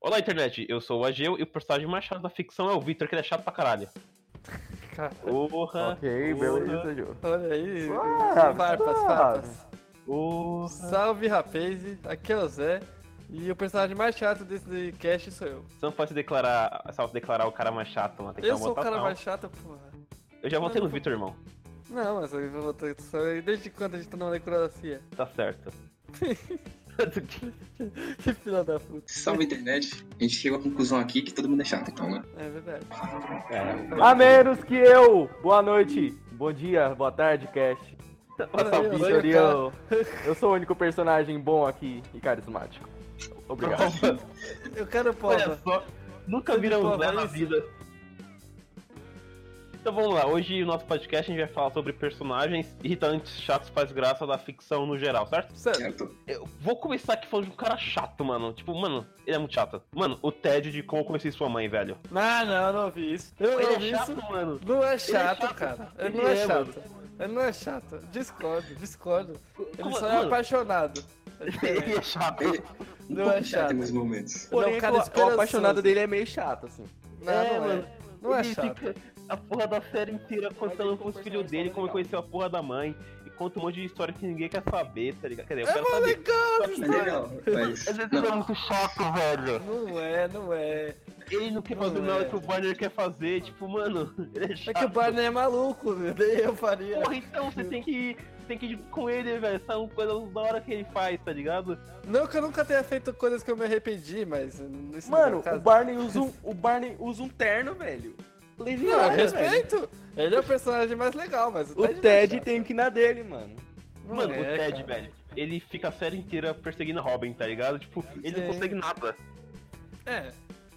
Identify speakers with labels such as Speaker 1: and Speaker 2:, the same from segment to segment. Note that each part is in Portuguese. Speaker 1: Olá, internet. Eu sou o Ageu e o personagem mais chato da ficção é o Victor, que ele é chato pra caralho.
Speaker 2: Cara,
Speaker 1: Porra.
Speaker 3: Ok, beleza, Jô.
Speaker 2: olha aí.
Speaker 3: Ah,
Speaker 2: farpas,
Speaker 3: ah.
Speaker 2: farpas.
Speaker 1: Porra.
Speaker 2: Salve, rapaz. Aqui é o Zé. E o personagem mais chato desse cast sou eu.
Speaker 1: Você não pode se declarar, só se declarar o cara mais chato, mano. Tem que
Speaker 2: Eu
Speaker 1: dar uma
Speaker 2: sou o cara
Speaker 1: votação.
Speaker 2: mais chato, porra.
Speaker 1: Eu já votei no
Speaker 2: Não,
Speaker 1: Victor, irmão.
Speaker 2: Não, mas eu vou ter só- Desde quando a gente tá numa necrodacia?
Speaker 1: Tá certo.
Speaker 2: que filha da puta.
Speaker 4: Salve internet. A gente chegou à conclusão aqui que todo mundo é chato, então, né?
Speaker 2: É verdade.
Speaker 1: É.
Speaker 3: A menos que eu! Boa noite, bom dia, boa tarde, cast.
Speaker 1: Passa o
Speaker 2: Olha aí,
Speaker 1: Victor.
Speaker 2: olha
Speaker 3: Vitor, eu, eu sou o único personagem bom aqui e carismático. Obrigado.
Speaker 2: Eu quero
Speaker 1: Olha
Speaker 2: porra.
Speaker 1: só, nunca
Speaker 2: Tudo
Speaker 1: viram
Speaker 2: de
Speaker 1: um
Speaker 2: prova,
Speaker 1: Zé na
Speaker 2: isso.
Speaker 1: vida. Então vamos lá, hoje o nosso podcast a gente vai falar sobre personagens irritantes, chatos, faz graça da ficção no geral, certo?
Speaker 2: Sério.
Speaker 4: Certo.
Speaker 1: Eu vou começar aqui falando de um cara chato, mano. Tipo, mano, ele é muito chato. Mano, o tédio de como eu conheci sua mãe, velho.
Speaker 2: Não, não, eu não ouvi isso. Eu não
Speaker 1: Ele é
Speaker 2: ouvi
Speaker 1: chato,
Speaker 2: isso.
Speaker 1: mano.
Speaker 2: Não é chato,
Speaker 1: chato,
Speaker 2: cara.
Speaker 1: cara.
Speaker 2: Ele
Speaker 1: Ele
Speaker 2: não é
Speaker 1: é,
Speaker 2: chato. Ele não é chato. Discordo, discordo. Ele
Speaker 1: Como-
Speaker 2: só é
Speaker 1: mano,
Speaker 2: apaixonado. É diferente.
Speaker 1: Ele é chato.
Speaker 4: Ele um
Speaker 2: Não
Speaker 4: pouco
Speaker 2: é
Speaker 4: chato
Speaker 2: chato.
Speaker 4: em alguns momentos.
Speaker 2: Porém,
Speaker 3: Porém,
Speaker 2: é um cara
Speaker 3: o- o,
Speaker 2: esperançoso.
Speaker 3: apaixonado dele é meio chato, assim.
Speaker 2: Não,
Speaker 1: É,
Speaker 2: não
Speaker 1: mano.
Speaker 2: é. Não é
Speaker 1: Ele
Speaker 2: chato.
Speaker 1: fica a porra da série inteira contando com os filhos dele, como ele conheceu a porra da mãe. E conta um monte de história que ninguém quer saber, tá ligado? Quer dizer, eu
Speaker 2: É
Speaker 1: quero
Speaker 2: mó
Speaker 1: saber.
Speaker 2: legal essa
Speaker 4: Mas é
Speaker 2: história.
Speaker 4: legal, mas...
Speaker 1: Às vezes
Speaker 4: Não,
Speaker 1: ele é muito chato, velho.
Speaker 2: Não é, não é.
Speaker 1: Ele não quer fazer
Speaker 2: Não
Speaker 1: nada
Speaker 2: é.
Speaker 1: que o Barney quer fazer, tipo, mano, ele é
Speaker 2: É que o
Speaker 1: chato.
Speaker 2: Barney é maluco, meu, daí eu faria.
Speaker 1: Porra, então você tem que, você tem que ir com ele, velho. Essa é uma coisa da hora que ele faz, tá ligado?
Speaker 2: Não que eu nunca tenha feito coisas que eu me arrependi, mas não isso não é
Speaker 3: Mano,
Speaker 2: o caso.
Speaker 3: o Barney usa um, o Barney usa um terno, velho.
Speaker 2: Não, eu
Speaker 3: Legal, velho.
Speaker 2: respeito. Ele é o personagem mais legal, mas o,
Speaker 3: O
Speaker 2: Ted,
Speaker 3: Ted
Speaker 2: não é chato.
Speaker 3: tem que ir na dele, mano.
Speaker 2: Não
Speaker 1: mano,
Speaker 2: é,
Speaker 1: o Ted,
Speaker 2: cara.
Speaker 1: velho, ele fica a série inteira perseguindo a Robin, tá ligado? Tipo, ele
Speaker 2: Sim.
Speaker 1: não consegue nada.
Speaker 2: É,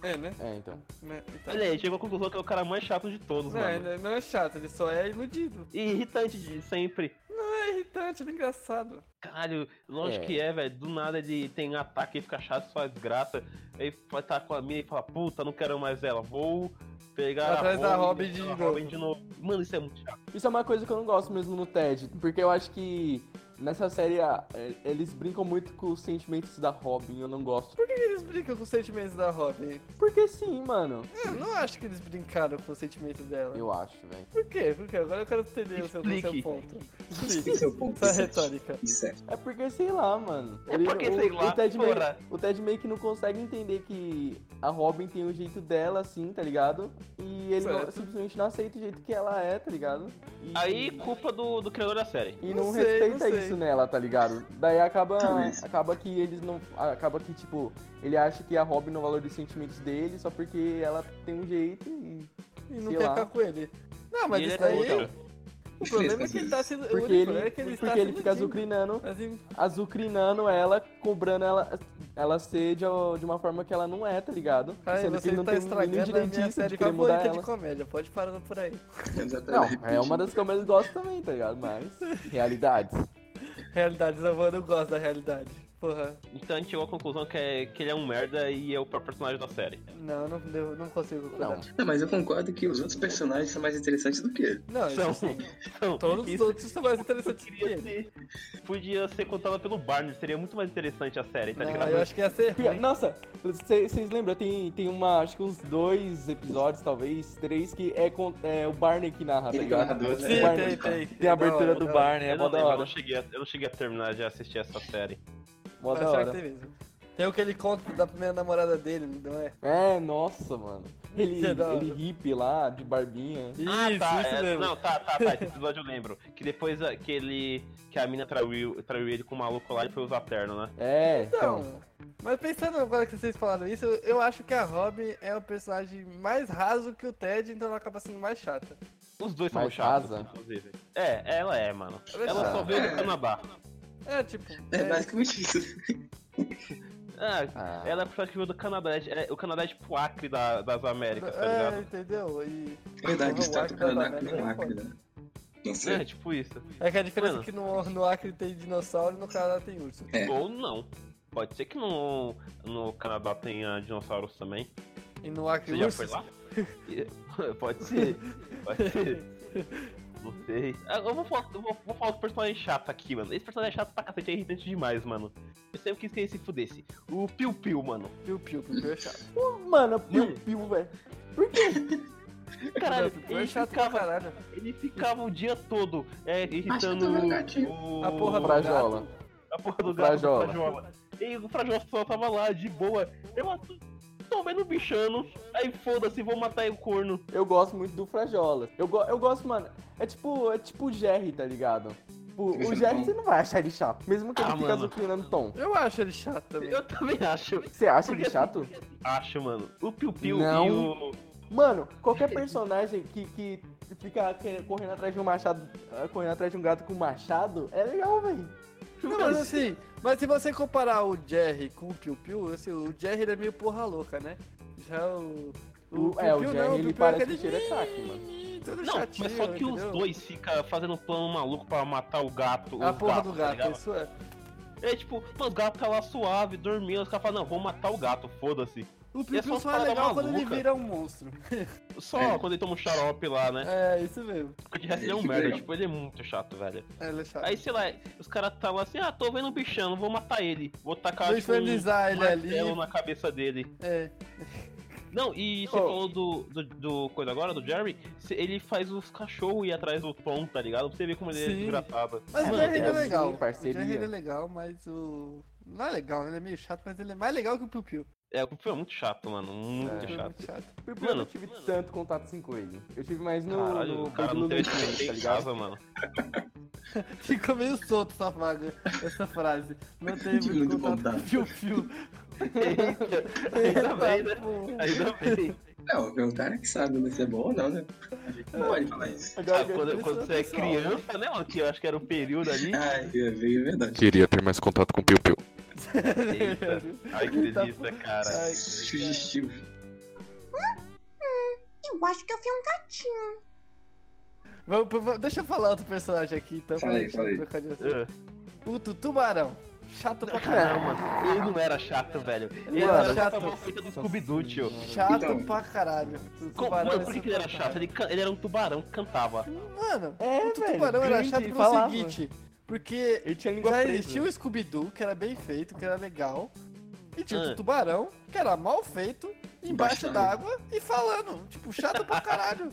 Speaker 2: é, né?
Speaker 3: É, então.
Speaker 2: Né, então.
Speaker 1: Olha aí, chegou à conclusão que é o cara mais chato de todos,
Speaker 2: Não,
Speaker 1: mano.
Speaker 2: ele não é chato, ele só é iludido.
Speaker 1: E irritante de sempre.
Speaker 2: Não é irritante, ele é engraçado.
Speaker 1: Caralho, lógico
Speaker 3: É.
Speaker 1: que é, velho. Do nada ele tem um ataque, ele fica chato, faz graça. Aí vai tá com a mina e fala, puta, não quero mais ela. Vou pegar
Speaker 2: Atrás
Speaker 1: a
Speaker 2: da
Speaker 1: Robin,
Speaker 2: Robin de
Speaker 1: pegar a
Speaker 2: novo.
Speaker 1: Robin de novo. Mano, isso é muito chato.
Speaker 3: Isso é uma coisa que eu não gosto mesmo no Ted, porque eu acho que nessa série ah, eh, eles brincam muito com os sentimentos da Robin, eu não gosto.
Speaker 2: Por que que eles brincam com os sentimentos da Robin?
Speaker 3: Porque sim, mano.
Speaker 2: Eu não acho que eles brincaram com os sentimentos dela.
Speaker 3: Eu acho, velho.
Speaker 2: Por quê? Por quê? Agora eu quero entender o seu, o seu
Speaker 1: Explique.
Speaker 2: ponto.
Speaker 4: Esse é o
Speaker 2: Explique.
Speaker 4: seu ponto.
Speaker 2: Essa retórica.
Speaker 4: Isso é.
Speaker 3: É porque sei lá, mano.
Speaker 1: É porque,
Speaker 3: o,
Speaker 1: sei lá,
Speaker 3: o Ted, meio,
Speaker 1: porra.
Speaker 3: o Ted meio que não consegue entender que a Robin tem o jeito dela, assim, tá ligado? E ele não-
Speaker 2: Certo.
Speaker 3: simplesmente não aceita o jeito que ela é, tá ligado? E-
Speaker 1: Aí, culpa do, do criador da série.
Speaker 3: E
Speaker 2: Não
Speaker 3: não,
Speaker 2: sei,
Speaker 3: respeita
Speaker 2: não sei.
Speaker 3: isso nela, tá ligado? Daí acaba,
Speaker 4: Talvez.
Speaker 3: acaba que eles não. Acaba que, tipo, ele acha que a Robin não valoriza os sentimentos dele só porque ela tem um jeito e.
Speaker 2: E não
Speaker 3: Sei
Speaker 2: quer
Speaker 3: lá.
Speaker 2: ficar com ele. Não, mas
Speaker 1: E
Speaker 2: isso
Speaker 1: ele
Speaker 2: daí.
Speaker 1: é outra.
Speaker 2: O problema é que ele tá sendo. o
Speaker 3: Porque
Speaker 2: único
Speaker 3: ele,
Speaker 2: é que ele
Speaker 3: porque
Speaker 2: está
Speaker 3: ele
Speaker 2: sendo tímido.
Speaker 3: fica azucrinando,
Speaker 2: Assim,
Speaker 3: azucrinando ela, cobrando ela, ela ser de, de uma forma que ela não é, tá ligado?
Speaker 2: ai,
Speaker 3: Sendo que
Speaker 2: você
Speaker 3: não
Speaker 2: tá
Speaker 3: tem nenhum
Speaker 2: estragando a minha
Speaker 3: direitista de
Speaker 2: série
Speaker 3: querer mudar
Speaker 2: favorita de
Speaker 3: ela.
Speaker 2: comédia. Pode parar por aí.
Speaker 4: Exatamente.
Speaker 3: Não, é uma das que eu menos gosto também, tá ligado? Mas. Realidades.
Speaker 2: Realidades, eu não gosto da realidade. Porra.
Speaker 1: Então a gente chegou à conclusão que, é, que ele é um merda e é o próprio personagem da série.
Speaker 2: Não, não, eu não consigo cuidar.
Speaker 3: Não.
Speaker 2: Não,
Speaker 4: Não, mas eu concordo que os outros personagens são mais interessantes do que ele.
Speaker 2: isso
Speaker 1: São,
Speaker 2: sim.
Speaker 1: são.
Speaker 2: Todos os
Speaker 1: Isso
Speaker 2: outros são mais interessantes que
Speaker 1: poderia
Speaker 2: ele.
Speaker 1: ser, podia ser contada pelo Barney, seria muito mais interessante a série, tá
Speaker 2: Não,
Speaker 1: ligado?
Speaker 2: eu acho que ia ser
Speaker 3: Pior-
Speaker 2: ruim.
Speaker 3: Nossa, vocês lembram? Tem, tem uma, acho que uns dois episódios, talvez, três, que é, com, é o Barney que narra, tá
Speaker 4: Ele
Speaker 3: ligado?
Speaker 4: narrador,
Speaker 3: O
Speaker 4: né?
Speaker 2: Sim, tem,
Speaker 3: Barney-
Speaker 2: tem.
Speaker 3: Tem a abertura
Speaker 2: Da hora,
Speaker 3: do
Speaker 2: da hora.
Speaker 3: Barney, é
Speaker 1: eu,
Speaker 3: mó
Speaker 1: não
Speaker 3: da
Speaker 1: lembro, eu, não
Speaker 3: hora.
Speaker 1: cheguei a, eu não cheguei a terminar de assistir essa série.
Speaker 3: Mó
Speaker 2: Mas
Speaker 3: da
Speaker 2: acho que
Speaker 3: hora.
Speaker 2: tem mesmo. Tem o que ele conta da primeira namorada dele, não é?
Speaker 3: É, nossa, mano. Ele,
Speaker 2: Que É da hora.
Speaker 3: ele hippie lá, de barbinha.
Speaker 2: Isso,
Speaker 1: é, Não, tá, tá, tá. Esse episódio eu lembro. Que depois a- que ele. Que a mina traiu, traiu ele com o maluco lá e foi usar terno, né?
Speaker 3: É, então.
Speaker 2: Então, mas pensando agora que vocês falaram isso, eu- eu acho que a Robin é o personagem mais raso que o Ted, então ela acaba sendo mais chata.
Speaker 1: Os dois são
Speaker 3: Mas
Speaker 1: chatos,
Speaker 3: rasa.
Speaker 1: inclusive. É, ela é, mano.
Speaker 2: Ela é
Speaker 1: Ela
Speaker 2: chata.
Speaker 1: só veio do Canadá.
Speaker 2: É, tipo,
Speaker 4: É
Speaker 2: é,
Speaker 4: basicamente isso.
Speaker 1: Ah,
Speaker 3: Ah,
Speaker 1: ela é provavelmente do Canadá. ela é- o Canadá é tipo o Acre da- das Américas, tá ligado?
Speaker 2: é, entendeu? E...
Speaker 4: É Verdade,
Speaker 2: Porra,
Speaker 4: o
Speaker 2: o
Speaker 4: estado
Speaker 2: Acre
Speaker 4: do
Speaker 2: da
Speaker 4: Canadá
Speaker 2: América
Speaker 4: é um
Speaker 2: é
Speaker 4: Acre,
Speaker 2: foda.
Speaker 4: né? Não
Speaker 1: É,
Speaker 4: sei.
Speaker 1: tipo isso.
Speaker 2: É que a diferença
Speaker 1: Mano.
Speaker 2: é que no, no Acre tem dinossauro e no Canadá tem urso.
Speaker 4: É.
Speaker 1: Ou não. Pode ser que no, no Canadá tenha dinossauros também.
Speaker 2: E no Acre
Speaker 1: Você já
Speaker 2: urso.
Speaker 1: foi lá? Pode ser. Pode ser. Não sei. Ah, Eu vou falar, eu vou, vou falar do personagem chato aqui, mano. Esse personagem é chato pra cacete, é irritante demais, mano. Eu sempre quis que ele se fudesse. O Piu Piu, mano.
Speaker 2: Piu piu, piu piu é chato.
Speaker 3: Mano,
Speaker 1: Hum.
Speaker 3: piu piu, velho. Por quê?
Speaker 1: Caralho,
Speaker 2: Piu piu é
Speaker 1: ele
Speaker 2: chato pra
Speaker 1: ficava,
Speaker 2: caralho.
Speaker 1: ele ficava o dia todo é, irritando
Speaker 4: Mas tudo é gatinho.
Speaker 1: o,
Speaker 2: A porra tá do
Speaker 3: Frajola.
Speaker 2: gato.
Speaker 1: a porra do
Speaker 3: o
Speaker 1: gato do
Speaker 3: Frajola.
Speaker 1: Frajola. E o Frajola só tava lá, de boa. Eu mato- tô vendo o bichano. Aí foda-se, vou matar o corno.
Speaker 3: Eu gosto muito do Frajola. Eu, go- eu gosto, mano. É tipo, é tipo o Jerry, tá ligado? Tipo,
Speaker 4: Você
Speaker 3: o
Speaker 4: não-
Speaker 3: Jerry você não vai achar ele chato. Mesmo que ele
Speaker 1: Ah,
Speaker 3: fique
Speaker 1: mano.
Speaker 3: azucrinando tom.
Speaker 2: Eu acho ele chato também.
Speaker 1: Eu também acho.
Speaker 3: Você acha
Speaker 1: Porque assim,
Speaker 3: ele é chato?
Speaker 1: Acho, mano. O Piu Piu e
Speaker 3: Não.
Speaker 1: o.
Speaker 3: Mano, qualquer personagem que, que fica que- correndo atrás de um machado. ah, Correndo atrás de um gato com machado, é legal, velho.
Speaker 2: Não, mas assim, mas se você comparar o Jerry com o Piu Piu, assim, o Jerry ele é meio porra louca, né? Já o.
Speaker 3: O- É, o
Speaker 2: Piu-Piu
Speaker 3: Jerry
Speaker 2: não,
Speaker 3: ele
Speaker 2: Piu-Piu
Speaker 3: parece que
Speaker 2: aquele-
Speaker 3: cheira saque, mano.
Speaker 2: Tudo
Speaker 1: Não,
Speaker 2: chatinho,
Speaker 1: mas só que
Speaker 2: entendeu?
Speaker 1: os dois ficam fazendo um plano maluco pra matar o gato.
Speaker 2: A
Speaker 1: os
Speaker 2: porra
Speaker 1: gatos,
Speaker 2: do
Speaker 1: tá
Speaker 2: gato,
Speaker 1: ligado?
Speaker 2: isso é.
Speaker 1: é tipo, mano, o gato tá lá suave, dormindo. Os caras falam, não, vou matar o gato, foda-se.
Speaker 2: O Piu
Speaker 1: só um
Speaker 2: Piu só é
Speaker 1: parada
Speaker 2: legal quando ele
Speaker 1: maluca.
Speaker 2: vira um monstro.
Speaker 1: Só
Speaker 4: É.
Speaker 1: quando ele toma um xarope lá, né?
Speaker 2: É, isso mesmo.
Speaker 1: Porque de resto ele é um
Speaker 4: Esse
Speaker 1: merda,
Speaker 4: legal.
Speaker 1: tipo, ele é muito chato, velho.
Speaker 2: É, ele é chato.
Speaker 1: Aí, sei lá, os caras tá lá assim, ah, tô vendo um bichão, vou matar ele. Vou tacar
Speaker 2: Vou
Speaker 1: tipo, um
Speaker 2: infernizar ele ali.
Speaker 1: martelo na cabeça dele.
Speaker 2: É.
Speaker 1: Não, e você
Speaker 3: Oh.
Speaker 1: falou do, do, do coisa agora, do Jerry, se- ele faz os cachorros ir atrás do Tom, tá ligado? Pra você ver como ele é
Speaker 2: Sim.
Speaker 1: desgraçado.
Speaker 2: Mas
Speaker 3: É,
Speaker 2: o
Speaker 1: Mano,
Speaker 2: Jerry
Speaker 3: é
Speaker 2: é
Speaker 3: assim,
Speaker 2: legal. O
Speaker 3: parceria.
Speaker 2: Jerry ele é legal, mas o. Não é legal, né? ele é meio chato, mas ele é mais legal que o Piu Piu.
Speaker 1: É, o Piu é muito chato, mano. Muito
Speaker 2: Ele é
Speaker 1: chato.
Speaker 2: muito chato.
Speaker 3: Porque eu
Speaker 1: Mano.
Speaker 3: não tive tanto contato assim com ele. Eu tive mais no.
Speaker 1: Caralho,
Speaker 3: no
Speaker 1: o cara
Speaker 3: Big
Speaker 1: não
Speaker 3: Little
Speaker 1: teve
Speaker 3: Lies,
Speaker 1: TNT em casa, mano.
Speaker 2: Ficou meio solto essa vaga, essa frase. Não teve
Speaker 4: Tive
Speaker 2: muito
Speaker 4: muito
Speaker 2: contato.
Speaker 4: contato.
Speaker 2: com o Piu Piu.
Speaker 1: Ainda bem, né? Ainda bem.
Speaker 4: É, o perguntaram que sabe né, se é bom ou não, né? A gente não pode falar isso.
Speaker 1: Ah,
Speaker 3: Agora,
Speaker 1: quando, quando você é
Speaker 2: pessoal.
Speaker 1: criança, né, mano? Que eu acho que era o período ali.
Speaker 4: Ai, é bem verdade.
Speaker 5: Queria ter mais contato com o Piu Piu.
Speaker 1: Eita. Ai, que
Speaker 2: Tá
Speaker 1: delícia, cara.
Speaker 2: Ai,
Speaker 4: Sugestivo.
Speaker 6: Eu acho que eu vi um gatinho.
Speaker 2: Vamos, pro- vamos- deixa eu falar outro personagem aqui, então.
Speaker 4: Fala aí,
Speaker 2: pra gente
Speaker 4: fala
Speaker 2: trocar de assunto.
Speaker 1: Ah,
Speaker 2: O tu- Tubarão. Chato pra
Speaker 1: Não,
Speaker 2: caralho.
Speaker 1: mano, ele não era chato, velho. Ele
Speaker 2: Mano,
Speaker 1: era
Speaker 2: chato.
Speaker 1: chato. Tava feita do Scooby-Doo, tio.
Speaker 2: Chato
Speaker 4: Então.
Speaker 2: pra caralho. O
Speaker 1: Como-
Speaker 2: tubarão
Speaker 1: Mano,
Speaker 2: é
Speaker 1: por que, que ele era chato?
Speaker 2: insuportável.
Speaker 1: Ele, can- ele era um tubarão que cantava.
Speaker 2: Mano, o
Speaker 3: É, velho,
Speaker 2: Tubarão era
Speaker 3: grande,
Speaker 2: chato pelo
Speaker 3: falava.
Speaker 2: seguinte. Porque
Speaker 3: Ele tinha língua
Speaker 1: é
Speaker 2: já
Speaker 3: presa.
Speaker 2: existia o Scooby-Doo, que era bem feito, que era legal. E tinha
Speaker 1: Ah.
Speaker 2: o Tubarão, que era mal feito, embaixo
Speaker 4: Embaixo
Speaker 2: d'água e falando. Tipo, chato pra caralho.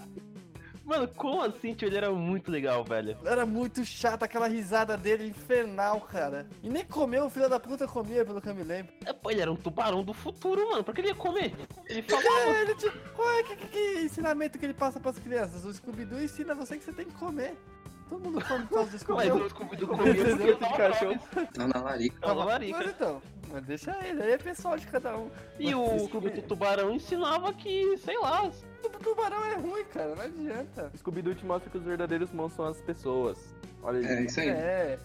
Speaker 1: Mano, como assim, tio? Ele era muito legal, velho.
Speaker 2: Era muito chato aquela risada dele infernal, cara. E nem comeu, o filho da puta comia, pelo que eu me lembro.
Speaker 1: É, Pô, ele era um tubarão do futuro, mano. Pra que ele ia comer? Ele "Ah, falava.
Speaker 2: É, ele te... Qual é que, que- que ensinamento que ele passa pras crianças? O Scooby-Doo ensina você que você tem que comer. Todo mundo come por causa do
Speaker 1: Mas
Speaker 2: Scooby-Doo.
Speaker 1: o Scooby-Doo comia porque ele tava
Speaker 3: Cachorro.
Speaker 1: bravo.
Speaker 4: Tá na larica.
Speaker 1: Tava larica.
Speaker 2: Mas então, mas deixa ele, aí é pessoal de cada um.
Speaker 1: E o, o tubarão ensinava que, sei lá,
Speaker 2: O tubarão é ruim, cara, não adianta.
Speaker 3: Scooby-Doo te mostra que os verdadeiros monstros são as pessoas. Olha aí.
Speaker 4: É isso aí.
Speaker 2: É.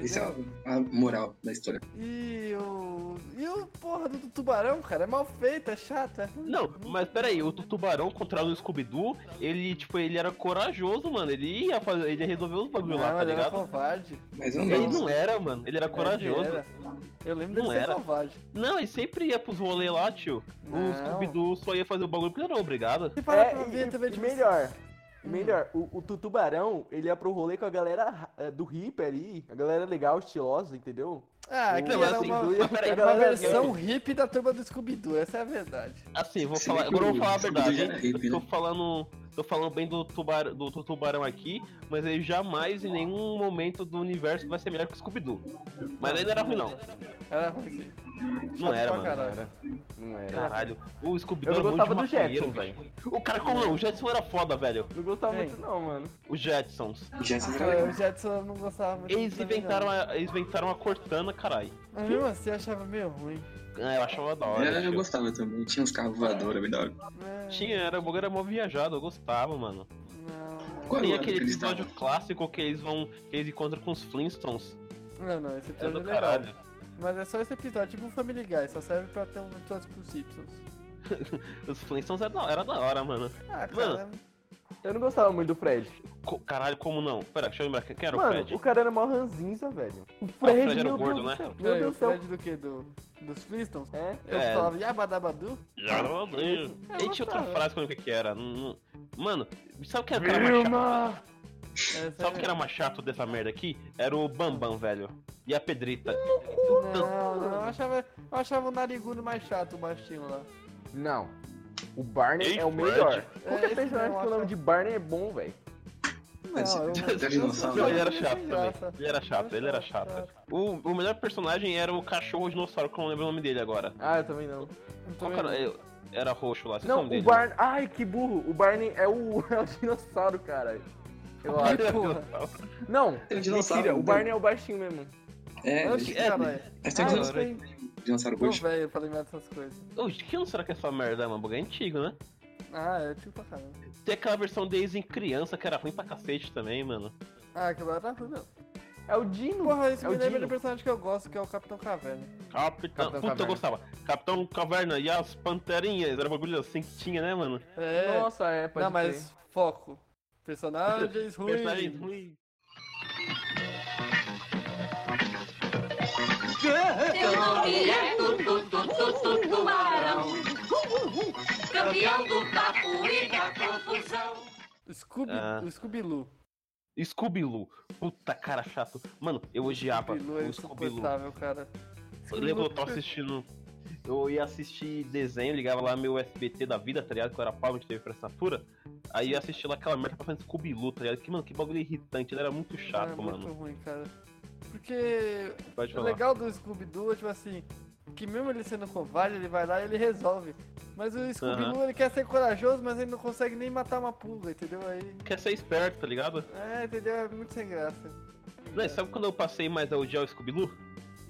Speaker 4: Isso é
Speaker 2: entendeu?
Speaker 4: a a moral da história.
Speaker 2: E o. E o porra do tubarão, cara, é mal feito, é chato, é ruim.
Speaker 1: Não, mas peraí, o tu- tubarão, contrário do Scooby-Doo, ele, tipo, ele era corajoso, mano. Ele ia fazer, ele ia resolver os bagulho lá, tá
Speaker 2: ele era
Speaker 1: ligado?
Speaker 2: é covarde.
Speaker 4: Mas eu
Speaker 1: Ele
Speaker 4: não.
Speaker 1: não era, mano. Ele era
Speaker 2: Ele
Speaker 1: corajoso.
Speaker 2: era. Eu lembro
Speaker 1: Não
Speaker 2: dele ser
Speaker 1: era.
Speaker 2: covarde.
Speaker 1: Não, ele sempre ia pros rolê lá, tio.
Speaker 2: Não.
Speaker 1: O Scooby-Doo só ia fazer o bagulho porque ele era obrigado.
Speaker 2: Você para
Speaker 3: É,
Speaker 2: pra
Speaker 3: e-
Speaker 2: ver
Speaker 3: e-
Speaker 2: também,
Speaker 3: e
Speaker 2: tipo,
Speaker 3: melhor. e Melhor, o, o Tutubarão, ele ia pro rolê com a galera eh, do hippie ali, a galera legal, estilosa, entendeu?
Speaker 2: Ah, aquilo
Speaker 1: Não,
Speaker 2: era
Speaker 1: assim,
Speaker 2: uma,
Speaker 1: mas peraí,
Speaker 2: era uma
Speaker 3: galera,
Speaker 2: versão hippie da turma do Scooby-Doo, essa é a verdade.
Speaker 1: Assim, vou
Speaker 4: Se
Speaker 1: falar,
Speaker 4: bem que
Speaker 1: agora eu
Speaker 4: o
Speaker 1: vou falar a
Speaker 4: Scooby-Doo já
Speaker 1: verdade.
Speaker 4: era hippie,
Speaker 1: Eu tô
Speaker 4: né?
Speaker 1: falando, tô falando bem do, tubar, do, do tubarão aqui, mas ele jamais em nenhum momento do universo vai ser melhor que o Scooby-Doo. Mas ainda era ruim, não.
Speaker 2: Era ruim.
Speaker 1: Não era,
Speaker 2: pra
Speaker 1: mano.
Speaker 2: caralho.
Speaker 3: Não era.
Speaker 1: Caralho, o Scooby-Doo
Speaker 3: Eu
Speaker 1: era muito
Speaker 3: gostava do
Speaker 1: maconheiro,
Speaker 3: Jetson.
Speaker 1: velho. O cara como não, o Jetson era foda, velho.
Speaker 3: Não gostava
Speaker 2: Quem?
Speaker 3: muito não, mano.
Speaker 1: Os Jetsons.
Speaker 4: Jéssica era
Speaker 2: Ah, O
Speaker 4: legal.
Speaker 2: Jetson eu não gostava muito.
Speaker 1: Eles
Speaker 2: também,
Speaker 1: inventaram
Speaker 2: não.
Speaker 1: a, eles inventaram a Cortana, caralho.
Speaker 2: Mas mesmo assim eu achava meio ruim.
Speaker 1: É, eu achava da hora.
Speaker 4: É, Eu
Speaker 1: tio.
Speaker 4: gostava também. Tinha uns carros voadores, bem da hora.
Speaker 2: Não,
Speaker 1: Tinha, era, o bagulho era mó viajado, eu gostava, mano.
Speaker 2: Não,
Speaker 4: Qual
Speaker 1: Tem
Speaker 4: era o que
Speaker 1: aquele
Speaker 4: eles
Speaker 1: episódio
Speaker 4: estavam?
Speaker 1: clássico que eles vão. que eles encontram com os Flintstones.
Speaker 2: não, não,
Speaker 1: É
Speaker 2: esse episódio é
Speaker 1: do
Speaker 2: legal.
Speaker 1: caralho.
Speaker 2: Mas é só esse episódio, tipo um Family Guy, só serve pra ter um episódio com os Simpsons.
Speaker 1: Os Flintstones era da, era da hora, mano.
Speaker 2: Ah, cara,
Speaker 1: Mano,
Speaker 3: Eu não gostava muito do Fred.
Speaker 1: Co- caralho, como não? Pera, deixa eu lembrar quem era o
Speaker 3: mano,
Speaker 1: Fred. Ah,
Speaker 3: o cara era mó ranzinza, velho. O
Speaker 1: Fred
Speaker 3: Fred,
Speaker 1: era
Speaker 3: meu
Speaker 1: gordo,
Speaker 3: Deus
Speaker 1: né?
Speaker 3: do céu.
Speaker 2: não,
Speaker 3: Meu
Speaker 2: e o
Speaker 3: Deus do céu.
Speaker 2: Fred do que? Do, dos Flintstones?
Speaker 3: É.
Speaker 2: Eu
Speaker 1: É.
Speaker 2: falava Yabadabadu?
Speaker 1: Já não odeio.
Speaker 3: Eu
Speaker 1: E tinha outra
Speaker 3: gostava.
Speaker 1: frase que eu não lembro o que que era. Não- não- Mano, sabe o que era o cara mais chato?
Speaker 2: Essa
Speaker 1: Sabe o que
Speaker 2: é-
Speaker 1: era mais chato dessa merda aqui? Era o Bambam, velho. E a Pedrita.
Speaker 2: Não, não, eu achava, eu achava o narigudo mais chato, o baixinho lá.
Speaker 3: Não. O Barney
Speaker 1: Ei,
Speaker 3: é o
Speaker 1: Fred.
Speaker 3: melhor. Qualquer
Speaker 2: esse
Speaker 3: personagem
Speaker 2: não,
Speaker 3: com o nome
Speaker 2: acho-
Speaker 3: de Barney é bom, velho.
Speaker 4: Esse-
Speaker 2: eu-
Speaker 4: esse
Speaker 2: eu-
Speaker 4: dinossauro.
Speaker 2: eu-
Speaker 1: Não, ele era
Speaker 2: eu- eu-
Speaker 1: chato
Speaker 2: sem
Speaker 1: também.
Speaker 2: graça.
Speaker 1: Ele era chato, ele era chato. O, o melhor personagem era o cachorro dinossauro, que eu não lembro o nome dele agora.
Speaker 3: Ah, eu também não.
Speaker 1: Qual é que era? Eu- Era roxo lá, esqueci o
Speaker 3: Não,
Speaker 1: nome dele.
Speaker 3: o
Speaker 1: né?
Speaker 2: né?
Speaker 3: Barney. Ai, que burro. O Barney é o, é o dinossauro, cara. Eu
Speaker 1: Ele
Speaker 3: acho.
Speaker 1: era
Speaker 2: Porra.
Speaker 1: dinossauro.
Speaker 3: Não,
Speaker 4: É um dinossauro.
Speaker 3: mentira. O Barney é o baixinho mesmo.
Speaker 4: É,
Speaker 2: Oxe,
Speaker 4: é,
Speaker 1: né?
Speaker 2: caralho.
Speaker 4: nós
Speaker 2: Ah,
Speaker 4: temos
Speaker 2: eu
Speaker 4: uns
Speaker 2: sei.
Speaker 4: dinossauro
Speaker 2: Tô
Speaker 4: hoje.
Speaker 2: velho pra lembrar dessas coisas.
Speaker 1: Ô, De que ano será que é essa merda, mano? Bug é antigo, né?
Speaker 2: Ah, é tipo pra caramba.
Speaker 1: Tem aquela versão deles em criança que era ruim pra cacete também, mano.
Speaker 2: Ah, aquilo lá era ruim mesmo.
Speaker 3: É o Dino.
Speaker 2: Porra, isso
Speaker 3: é o
Speaker 2: me lembra
Speaker 3: Dino.
Speaker 2: do personagem que eu gosto, que é o Capitão Caverna.
Speaker 1: Capitão.
Speaker 3: Capitão
Speaker 1: Puta,
Speaker 3: Caverna.
Speaker 1: eu gostava. Capitão Caverna e as Panterinhas. Era um bagulho assim que tinha, né, mano?
Speaker 2: É,
Speaker 3: Nossa, é, pode
Speaker 2: não, mas foco. Personagens ruins.
Speaker 1: Personagens ruins.
Speaker 5: Seu nome é Tutu Tutu Tubarão. Campeão do papo e da confusão.
Speaker 2: Scooby,
Speaker 1: Ah.
Speaker 2: o Scooby-Loo.
Speaker 1: Scooby-Loo. Puta, cara chato. Mano, eu odiava
Speaker 2: Scooby-Loo é
Speaker 1: o Scooby-Loo.
Speaker 2: insuportável, cara.
Speaker 1: Eu lembro que eu tava assistindo. Eu ia assistir desenho, ligava lá meu SBT da vida, tá ligado? Que eu era pau, a gente teve pra assinatura. Aí eu assisti lá aquela merda passando Scooby-Loo, tá ligado? Que, mano, que bagulho irritante. Ele era muito
Speaker 2: Cara,
Speaker 1: chato,
Speaker 2: é
Speaker 1: mano.
Speaker 2: muito ruim, cara. Porque
Speaker 1: Pode
Speaker 2: o
Speaker 1: falar.
Speaker 2: É legal do Scooby-Doo é, tipo assim, que mesmo ele sendo covarde, ele vai lá e ele resolve. Mas o Scooby-Doo, ele quer ser corajoso, mas ele não consegue nem matar uma pulga, entendeu? Aí,
Speaker 1: Quer ser esperto, tá ligado?
Speaker 2: é, entendeu? É muito sem graça.
Speaker 1: Não, é e sabe quando eu passei mais a odiar o Scooby-Loo?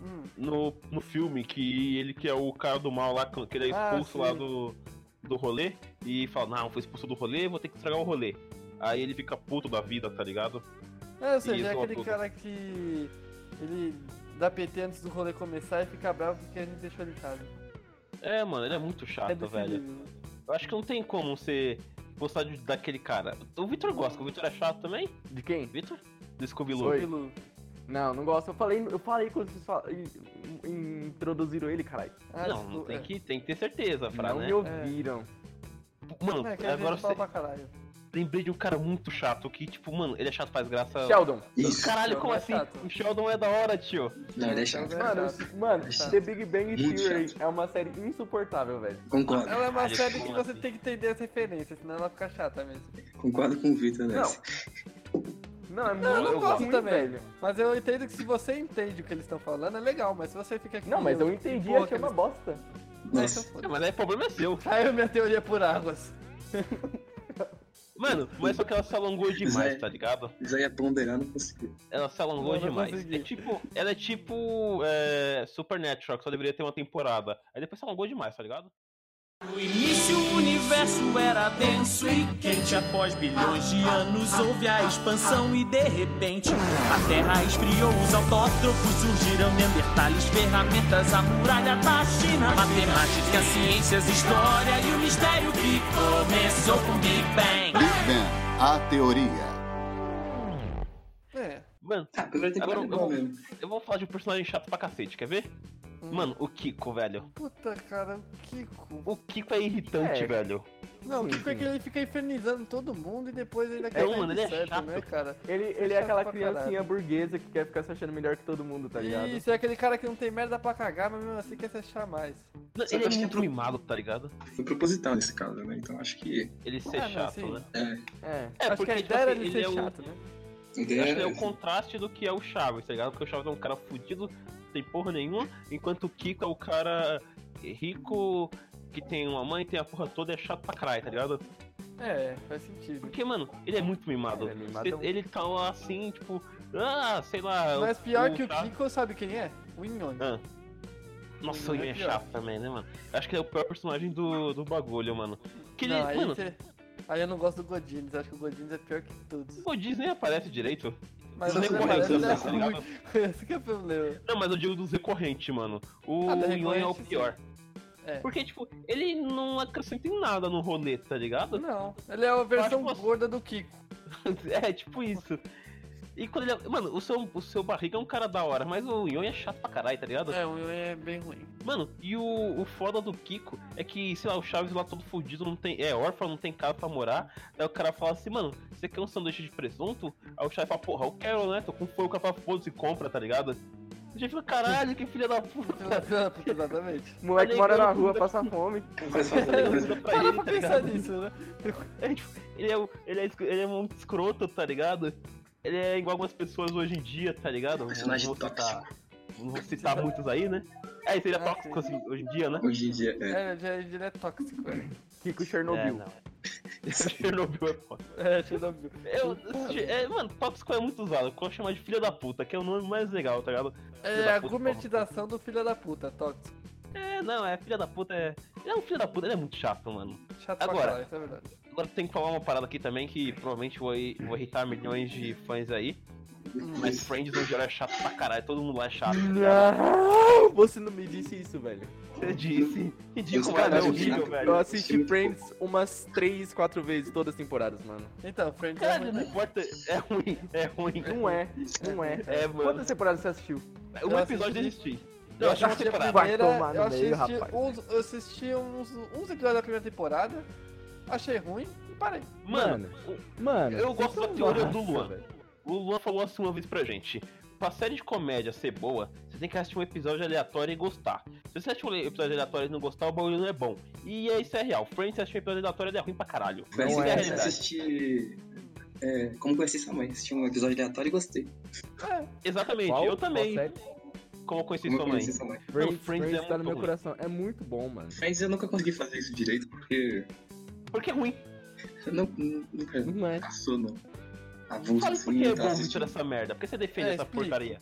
Speaker 2: Hum.
Speaker 1: No, no filme, que ele que é o cara do mal lá, que ele é
Speaker 2: Ah,
Speaker 1: expulso lá
Speaker 2: sim.
Speaker 1: do, do rolê. E fala, não, fui expulso do rolê, vou ter que estragar o rolê. Aí ele fica puto da vida, tá ligado?
Speaker 2: É, ou seja,
Speaker 1: Isso,
Speaker 2: é aquele
Speaker 1: Arthur.
Speaker 2: cara que ele dá PT antes do rolê começar e fica bravo porque a gente deixou ele em casa.
Speaker 1: É, mano, ele é muito
Speaker 2: é
Speaker 1: chato,
Speaker 2: desse
Speaker 1: velho.
Speaker 2: nível.
Speaker 1: Eu acho que não tem como você gostar de- daquele cara. O Victor gosta, o Victor é chato também?
Speaker 3: De quem?
Speaker 1: Victor? Do scooby
Speaker 3: Oi.
Speaker 2: Scooby-Loo.
Speaker 3: Não, não gosto. Eu falei, eu falei quando vocês fal- in- in- introduziram ele, caralho.
Speaker 2: Ah,
Speaker 1: não, não
Speaker 2: Scoo-
Speaker 1: tem
Speaker 2: é.
Speaker 1: que, tem que ter certeza, Fra,
Speaker 3: não
Speaker 1: né?
Speaker 3: me ouviram.
Speaker 2: Então.
Speaker 1: Mano,
Speaker 2: É, que a
Speaker 1: agora
Speaker 2: gente fala
Speaker 1: você
Speaker 2: pra caralho.
Speaker 1: lembrei de um cara muito chato que, tipo, mano, ele é chato, faz graça.
Speaker 3: Sheldon.
Speaker 4: Isso.
Speaker 1: Caralho,
Speaker 2: Sheldon
Speaker 1: como
Speaker 2: é
Speaker 1: assim?
Speaker 2: chato.
Speaker 1: O Sheldon é da hora, tio.
Speaker 4: Não, ele é chato.
Speaker 2: Sheldon
Speaker 3: Mano,
Speaker 2: chato.
Speaker 3: mano
Speaker 2: Chato.
Speaker 3: The Big Bang
Speaker 4: Muito
Speaker 3: Theory
Speaker 4: chato.
Speaker 3: é uma série insuportável, velho.
Speaker 4: Concordo,
Speaker 2: Ela é uma
Speaker 1: Caralho,
Speaker 2: série que
Speaker 1: como
Speaker 2: você
Speaker 1: assim?
Speaker 2: tem que entender as referências, senão ela fica chata mesmo.
Speaker 4: concordo com o Vitor
Speaker 3: Não.
Speaker 4: nessa.
Speaker 3: Não, é
Speaker 2: Não, eu
Speaker 3: muito
Speaker 2: não gosto
Speaker 3: ruim,
Speaker 2: também.
Speaker 3: velho.
Speaker 2: Mas eu entendo que se você entende o que eles estão falando, é legal, mas se você fica aqui.
Speaker 3: Não, mas eu entendi e
Speaker 2: Porra,
Speaker 3: achei
Speaker 2: que
Speaker 3: uma
Speaker 2: eles-
Speaker 3: bosta.
Speaker 2: É,
Speaker 4: Nossa,
Speaker 2: então foda.
Speaker 1: É, mas aí o problema é seu.
Speaker 2: Caiu minha teoria por águas.
Speaker 1: Mano, mas só que ela se alongou demais,
Speaker 4: Zé.
Speaker 1: tá ligado?
Speaker 4: isso aí é ponderar, não consigo.
Speaker 1: Ela se alongou
Speaker 2: Eu não
Speaker 1: demais.
Speaker 2: consegui.
Speaker 1: É tipo, ela é tipo é, Supernatural, que só deveria ter uma temporada. Aí depois se alongou demais, tá ligado?
Speaker 7: No início o universo era denso e quente. Após bilhões de anos houve a expansão e de repente a Terra esfriou. Os autótrofos surgiram, neandertales, ferramentas, a muralha da China, matemática, ciências, história e o mistério que começou com o Big Bang.
Speaker 8: Big Bang, a teoria.
Speaker 2: É.
Speaker 1: Mano,
Speaker 4: Ah, a primeira temporada é
Speaker 1: Agora,
Speaker 4: bom
Speaker 1: eu-
Speaker 4: mesmo.
Speaker 1: eu vou falar de um personagem chato pra cacete, quer ver?
Speaker 2: Hum.
Speaker 1: Mano, o Kiko, velho.
Speaker 2: Puta cara, o Kiko.
Speaker 1: O Kiko é irritante,
Speaker 3: É.
Speaker 1: velho.
Speaker 2: Não, o
Speaker 3: Sim,
Speaker 2: Kiko é
Speaker 3: sim.
Speaker 2: que ele fica infernizando todo mundo e depois ainda
Speaker 1: É, mano, ele é chato.
Speaker 2: né, cara?
Speaker 3: Ele, ele é
Speaker 2: chato
Speaker 3: aquela
Speaker 2: pra
Speaker 3: criancinha burguesa que quer ficar se achando melhor que todo mundo, tá ligado?
Speaker 2: Isso, é aquele cara que não tem merda pra cagar, mas mesmo assim quer se achar mais.
Speaker 1: Não,
Speaker 4: Só
Speaker 1: Ele
Speaker 4: que
Speaker 1: é
Speaker 4: acho que
Speaker 1: muito
Speaker 4: pro-
Speaker 1: mimado, tá ligado?
Speaker 4: Foi proposital nesse caso, né? Então acho que
Speaker 1: Ele ser
Speaker 2: Ah, não,
Speaker 1: chato,
Speaker 2: sim.
Speaker 1: né?
Speaker 3: É.
Speaker 1: É,
Speaker 2: Acho que a
Speaker 1: tipo
Speaker 2: ideia era
Speaker 1: assim,
Speaker 2: ele ser
Speaker 1: é o-
Speaker 2: chato, né?
Speaker 4: a
Speaker 1: eu
Speaker 4: ideia
Speaker 1: acho que ele é o
Speaker 4: é
Speaker 1: contraste do que é o Chaves, tá ligado? Porque o Chaves é um cara fudido, não tem porra nenhuma, enquanto o Kiko é o cara rico, que tem uma mãe, tem a porra toda, é chato pra caralho, tá ligado?
Speaker 2: É, faz sentido.
Speaker 1: Porque, mano, ele é muito mimado.
Speaker 3: Ele é mimadão.
Speaker 1: Ele, ele tá lá assim, tipo, ah, sei lá.
Speaker 2: Mas pior que o
Speaker 1: Chaves-
Speaker 2: Kiko, sabe quem é? O Inhon.
Speaker 1: Ah. Nossa, o Ian é chato também, né, mano? Acho que ele é o pior personagem do, do bagulho, mano. Que ele, é,
Speaker 2: Não, é- aí,
Speaker 1: mano,
Speaker 2: você- aí eu não gosto do Godines, acho que o Godines é pior que todos.
Speaker 1: O Disney aparece direito.
Speaker 2: Mas
Speaker 1: Os
Speaker 2: ele
Speaker 1: recorrentes,
Speaker 2: parece, ele é
Speaker 1: tá ligado?
Speaker 2: ruim. Esse que é o problema.
Speaker 1: Não, mas eu digo dos recorrentes, mano. O
Speaker 2: Ah, do
Speaker 1: Yon é o
Speaker 2: recorrente,
Speaker 1: pior.
Speaker 2: É.
Speaker 1: Porque, tipo, ele não acrescenta em nada no rolê, tá ligado?
Speaker 2: Não, ele é a versão
Speaker 1: que você-
Speaker 2: gorda do Kiko.
Speaker 1: É, tipo isso. E quando ele. Mano, o seu, o seu barriga é um cara da hora, mas o Yon é chato pra caralho, tá ligado?
Speaker 2: É, o Yui é bem ruim.
Speaker 1: Mano, e o, o foda do Kiko é que, sei lá, o Chaves lá todo fudido, não tem. É órfão, não tem casa pra morar. Aí o cara fala assim, mano, você quer um sanduíche de presunto? Aí o Chaves fala, porra, eu quero, né? Tô com fome, o cara fala, foda-se, compra, tá ligado? A gente fala, caralho, que filha da puta. tá
Speaker 2: Exatamente.
Speaker 3: O moleque mora na rua, passa fome.
Speaker 4: Faz falta
Speaker 1: Ele
Speaker 4: depois.
Speaker 1: manda pra
Speaker 2: Para
Speaker 1: ele,
Speaker 2: pra
Speaker 1: tá
Speaker 2: pensar
Speaker 1: ligado?
Speaker 2: nisso, né?
Speaker 1: É, tipo, ele, é, um- ele, é, escro- ele é um escroto, tá ligado? Ele é igual algumas pessoas hoje em dia, tá ligado? Não
Speaker 4: Personagem
Speaker 1: vou citar, não vou citar muitos aí, né? É, seria
Speaker 2: Ah,
Speaker 1: tóxico assim, hoje em dia, né?
Speaker 4: Hoje em dia, é.
Speaker 2: É, ele é, ele é tóxico, velho.
Speaker 3: Kiko Chernobyl.
Speaker 1: É, não. Chernobyl é foda.
Speaker 2: É, Chernobyl.
Speaker 1: Eu, assisti- é, mano, tóxico é muito usado. Eu gosto de chamar de filha da puta, que é o nome mais legal, tá ligado? Filha
Speaker 2: É
Speaker 1: da
Speaker 2: a
Speaker 1: puta,
Speaker 2: gourmetização do filho da puta, tóxico.
Speaker 1: É, não, é filha da puta, é. Ele é um filho da puta, ele é muito chato, mano.
Speaker 2: Chato pra
Speaker 1: Agora.
Speaker 2: caralho, isso é verdade.
Speaker 1: Agora tem que falar uma parada aqui também que provavelmente vou, vou irritar milhões de fãs aí. Mas Friends no geral é chato pra caralho, todo mundo lá é chato.
Speaker 3: Não! Você não me disse isso, velho.
Speaker 1: Você disse.
Speaker 4: Os
Speaker 1: Ridículo,
Speaker 4: caras
Speaker 1: cara, é
Speaker 4: de
Speaker 1: horrível,
Speaker 4: chato.
Speaker 3: Eu
Speaker 1: velho.
Speaker 3: assisti Friends umas 3 4 vezes todas as temporadas, mano.
Speaker 2: Então, Friends é
Speaker 1: Caralho,
Speaker 2: muito
Speaker 1: não
Speaker 2: bem.
Speaker 1: importa. É ruim, é ruim.
Speaker 3: Não é, não é.
Speaker 1: É, mano.
Speaker 3: Quantas temporadas você assistiu?
Speaker 1: Um
Speaker 2: Eu
Speaker 1: episódio eu
Speaker 2: assisti-
Speaker 1: assisti. Eu assisti uma
Speaker 2: assisti a
Speaker 1: temporada.
Speaker 3: Vai
Speaker 2: primeira,
Speaker 3: tomar no
Speaker 2: eu
Speaker 3: meio,
Speaker 2: assisti
Speaker 3: rapaz.
Speaker 2: uns, eu assisti uns, uns episódios da primeira temporada, achei ruim e parei.
Speaker 1: Mano,
Speaker 3: Mano,
Speaker 1: eu gosto
Speaker 3: vocês
Speaker 1: da
Speaker 3: são
Speaker 1: teoria
Speaker 3: massa,
Speaker 1: do Luan.
Speaker 3: velho.
Speaker 1: O Luan falou assim uma vez pra gente. Pra série de comédia ser boa, você tem que assistir um episódio aleatório e gostar. Se você assistir um episódio aleatório e não gostar, o bagulho não é bom. E é isso é real. Friends, você assistir um episódio aleatório, ele é ruim pra caralho.
Speaker 4: Foi assim
Speaker 1: Isso
Speaker 4: que
Speaker 1: é a
Speaker 4: eu comecei a
Speaker 1: realidade.
Speaker 4: assistir. é, como conheci sua mãe? Assisti um episódio aleatório e gostei.
Speaker 1: Exatamente,
Speaker 3: Qual-
Speaker 1: eu também.
Speaker 3: qual série?
Speaker 1: Como eu conheci
Speaker 4: Como
Speaker 1: sua
Speaker 4: eu
Speaker 1: mãe.
Speaker 4: conheci sua mãe?
Speaker 3: Friends,
Speaker 1: Não, Friends é
Speaker 3: Friends tá no
Speaker 1: muito
Speaker 3: meu
Speaker 1: ruim.
Speaker 3: coração. É muito bom, mano.
Speaker 4: Friends eu nunca consegui fazer isso direito porque.
Speaker 1: Porque é ruim.
Speaker 4: eu Não, nu- nunca
Speaker 3: Não é.
Speaker 4: passou, não. Avulso
Speaker 1: Fala por
Speaker 4: assim,
Speaker 1: que é
Speaker 4: eu
Speaker 1: bom
Speaker 4: tava
Speaker 1: Vitor
Speaker 4: assistindo.
Speaker 1: essa merda. Por que você defende
Speaker 2: É,
Speaker 1: essa
Speaker 2: explica.
Speaker 1: porcaria?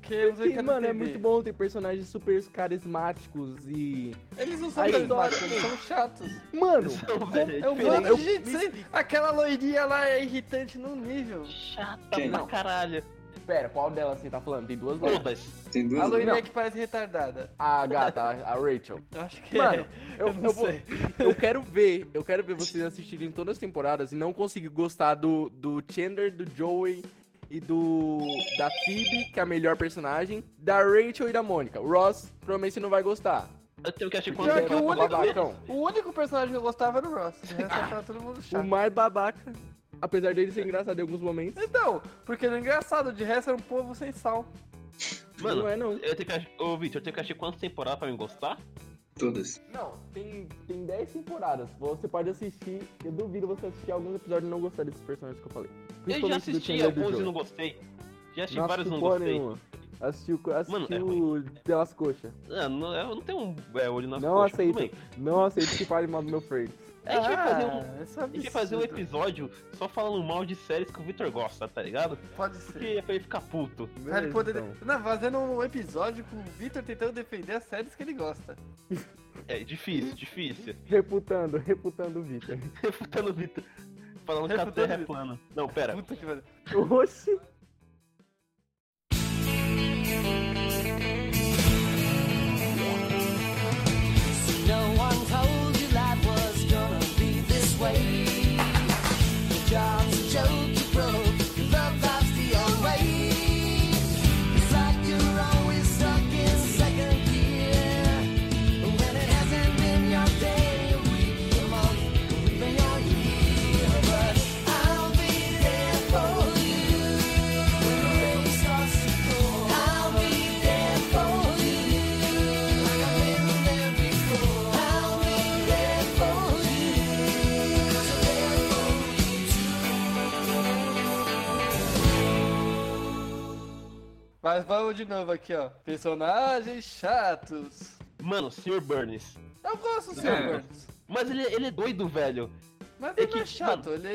Speaker 2: Porque não sei o que
Speaker 3: Porque, mano, é
Speaker 2: TV.
Speaker 3: muito bom ter personagens super carismáticos e.
Speaker 2: Eles não são
Speaker 3: Aí,
Speaker 2: carismáticos,
Speaker 3: olha,
Speaker 2: eles são chatos.
Speaker 3: Mano!
Speaker 1: Não, velho, é
Speaker 2: É um
Speaker 1: diferente.
Speaker 2: bando de gente. sem- Aquela loirinha lá é irritante num nível.
Speaker 1: Chata
Speaker 4: Quem?
Speaker 1: pra caralho.
Speaker 3: Pera, qual delas você tá falando? Tem duas lojas.
Speaker 1: Todas.
Speaker 4: Tem duas.
Speaker 2: A loirinha
Speaker 3: Não.
Speaker 2: que parece retardada.
Speaker 3: A gata, a a Rachel.
Speaker 2: Eu acho que
Speaker 3: Mano,
Speaker 2: é.
Speaker 3: eu,
Speaker 2: Eu não
Speaker 3: eu vou-
Speaker 2: sei.
Speaker 3: eu quero ver, eu quero ver vocês assistirem todas as temporadas e não conseguir gostar do, do Chandler, do Joey e do. da Phoebe, que é a melhor personagem, da Rachel e da Mônica. O Ross, provavelmente você não vai gostar.
Speaker 1: Eu tenho que achar
Speaker 3: porque
Speaker 1: quando
Speaker 2: Pior que
Speaker 3: é
Speaker 2: o único-
Speaker 3: babacão.
Speaker 2: O único personagem que eu gostava era o Ross. O resto era todo mundo
Speaker 3: O
Speaker 2: chato.
Speaker 3: mais babaca. Apesar dele ser engraçado em alguns momentos.
Speaker 2: Então, porque ele é engraçado, de resto era um povo sem sal.
Speaker 1: Mano,
Speaker 3: não é não.
Speaker 1: eu tenho que achar. Ô, Vitor, eu tenho que achar quantas temporadas pra me gostar?
Speaker 4: Todas.
Speaker 3: Não, tem, tem 10 temporadas. Você pode assistir. Eu duvido você assistir alguns episódios e não gostar desses personagens que eu falei.
Speaker 1: Eu já
Speaker 3: Principalmente do
Speaker 1: assisti
Speaker 3: Chandler e do
Speaker 1: alguns e
Speaker 3: Joey.
Speaker 1: não gostei. Já assisti
Speaker 3: Não
Speaker 1: vários e não
Speaker 3: assisti porra
Speaker 1: gostei.
Speaker 3: nenhuma. Assisti, o- assisti
Speaker 1: Mano, é
Speaker 3: o Pelas Coxas.
Speaker 1: Ah, não, eu não tenho um é, olho na
Speaker 3: Não aceito. Não aceito que fale mal do meu Friends.
Speaker 1: A gente vai fazer um.
Speaker 2: Ah, isso é
Speaker 1: A gente vai fazer um
Speaker 2: absurdo.
Speaker 1: episódio só falando mal de séries que o Vitor gosta, tá ligado?
Speaker 2: Pode ser.
Speaker 1: Porque né, é pra ele ficar puto.
Speaker 2: Ele
Speaker 3: Beleza,
Speaker 2: poderia...
Speaker 3: então.
Speaker 2: Não, fazendo um episódio com o Victor tentando defender as séries que ele gosta.
Speaker 1: É difícil, difícil.
Speaker 3: então. Reputando, reputando o Victor.
Speaker 1: Refutando o Vitor. Falando que a
Speaker 2: Refutando
Speaker 1: Terra
Speaker 2: o
Speaker 1: é
Speaker 2: Vitor.
Speaker 1: plana. Não, pera.
Speaker 2: Puta que pariu.
Speaker 3: Oxi.
Speaker 9: No one told you life was gonna be this way. Your job's a joke, you broke. Your love life's the old way. It's like you're always stuck in second gear. When it hasn't been your day, your week, your month, or even your year. But I'll be there for you. When the rain starts to pour, I'll be there for you. Like I've been there before. I'll be there for you. So there for you
Speaker 2: Mas vamos de novo aqui, ó. Personagens chatos.
Speaker 1: Mano, Sr. Burns.
Speaker 2: Eu gosto do Sr.
Speaker 4: É.
Speaker 2: Burns.
Speaker 1: Mas ele, ele é doido, velho.
Speaker 2: Mas
Speaker 1: É
Speaker 2: ele
Speaker 1: que,
Speaker 2: não é chato, ele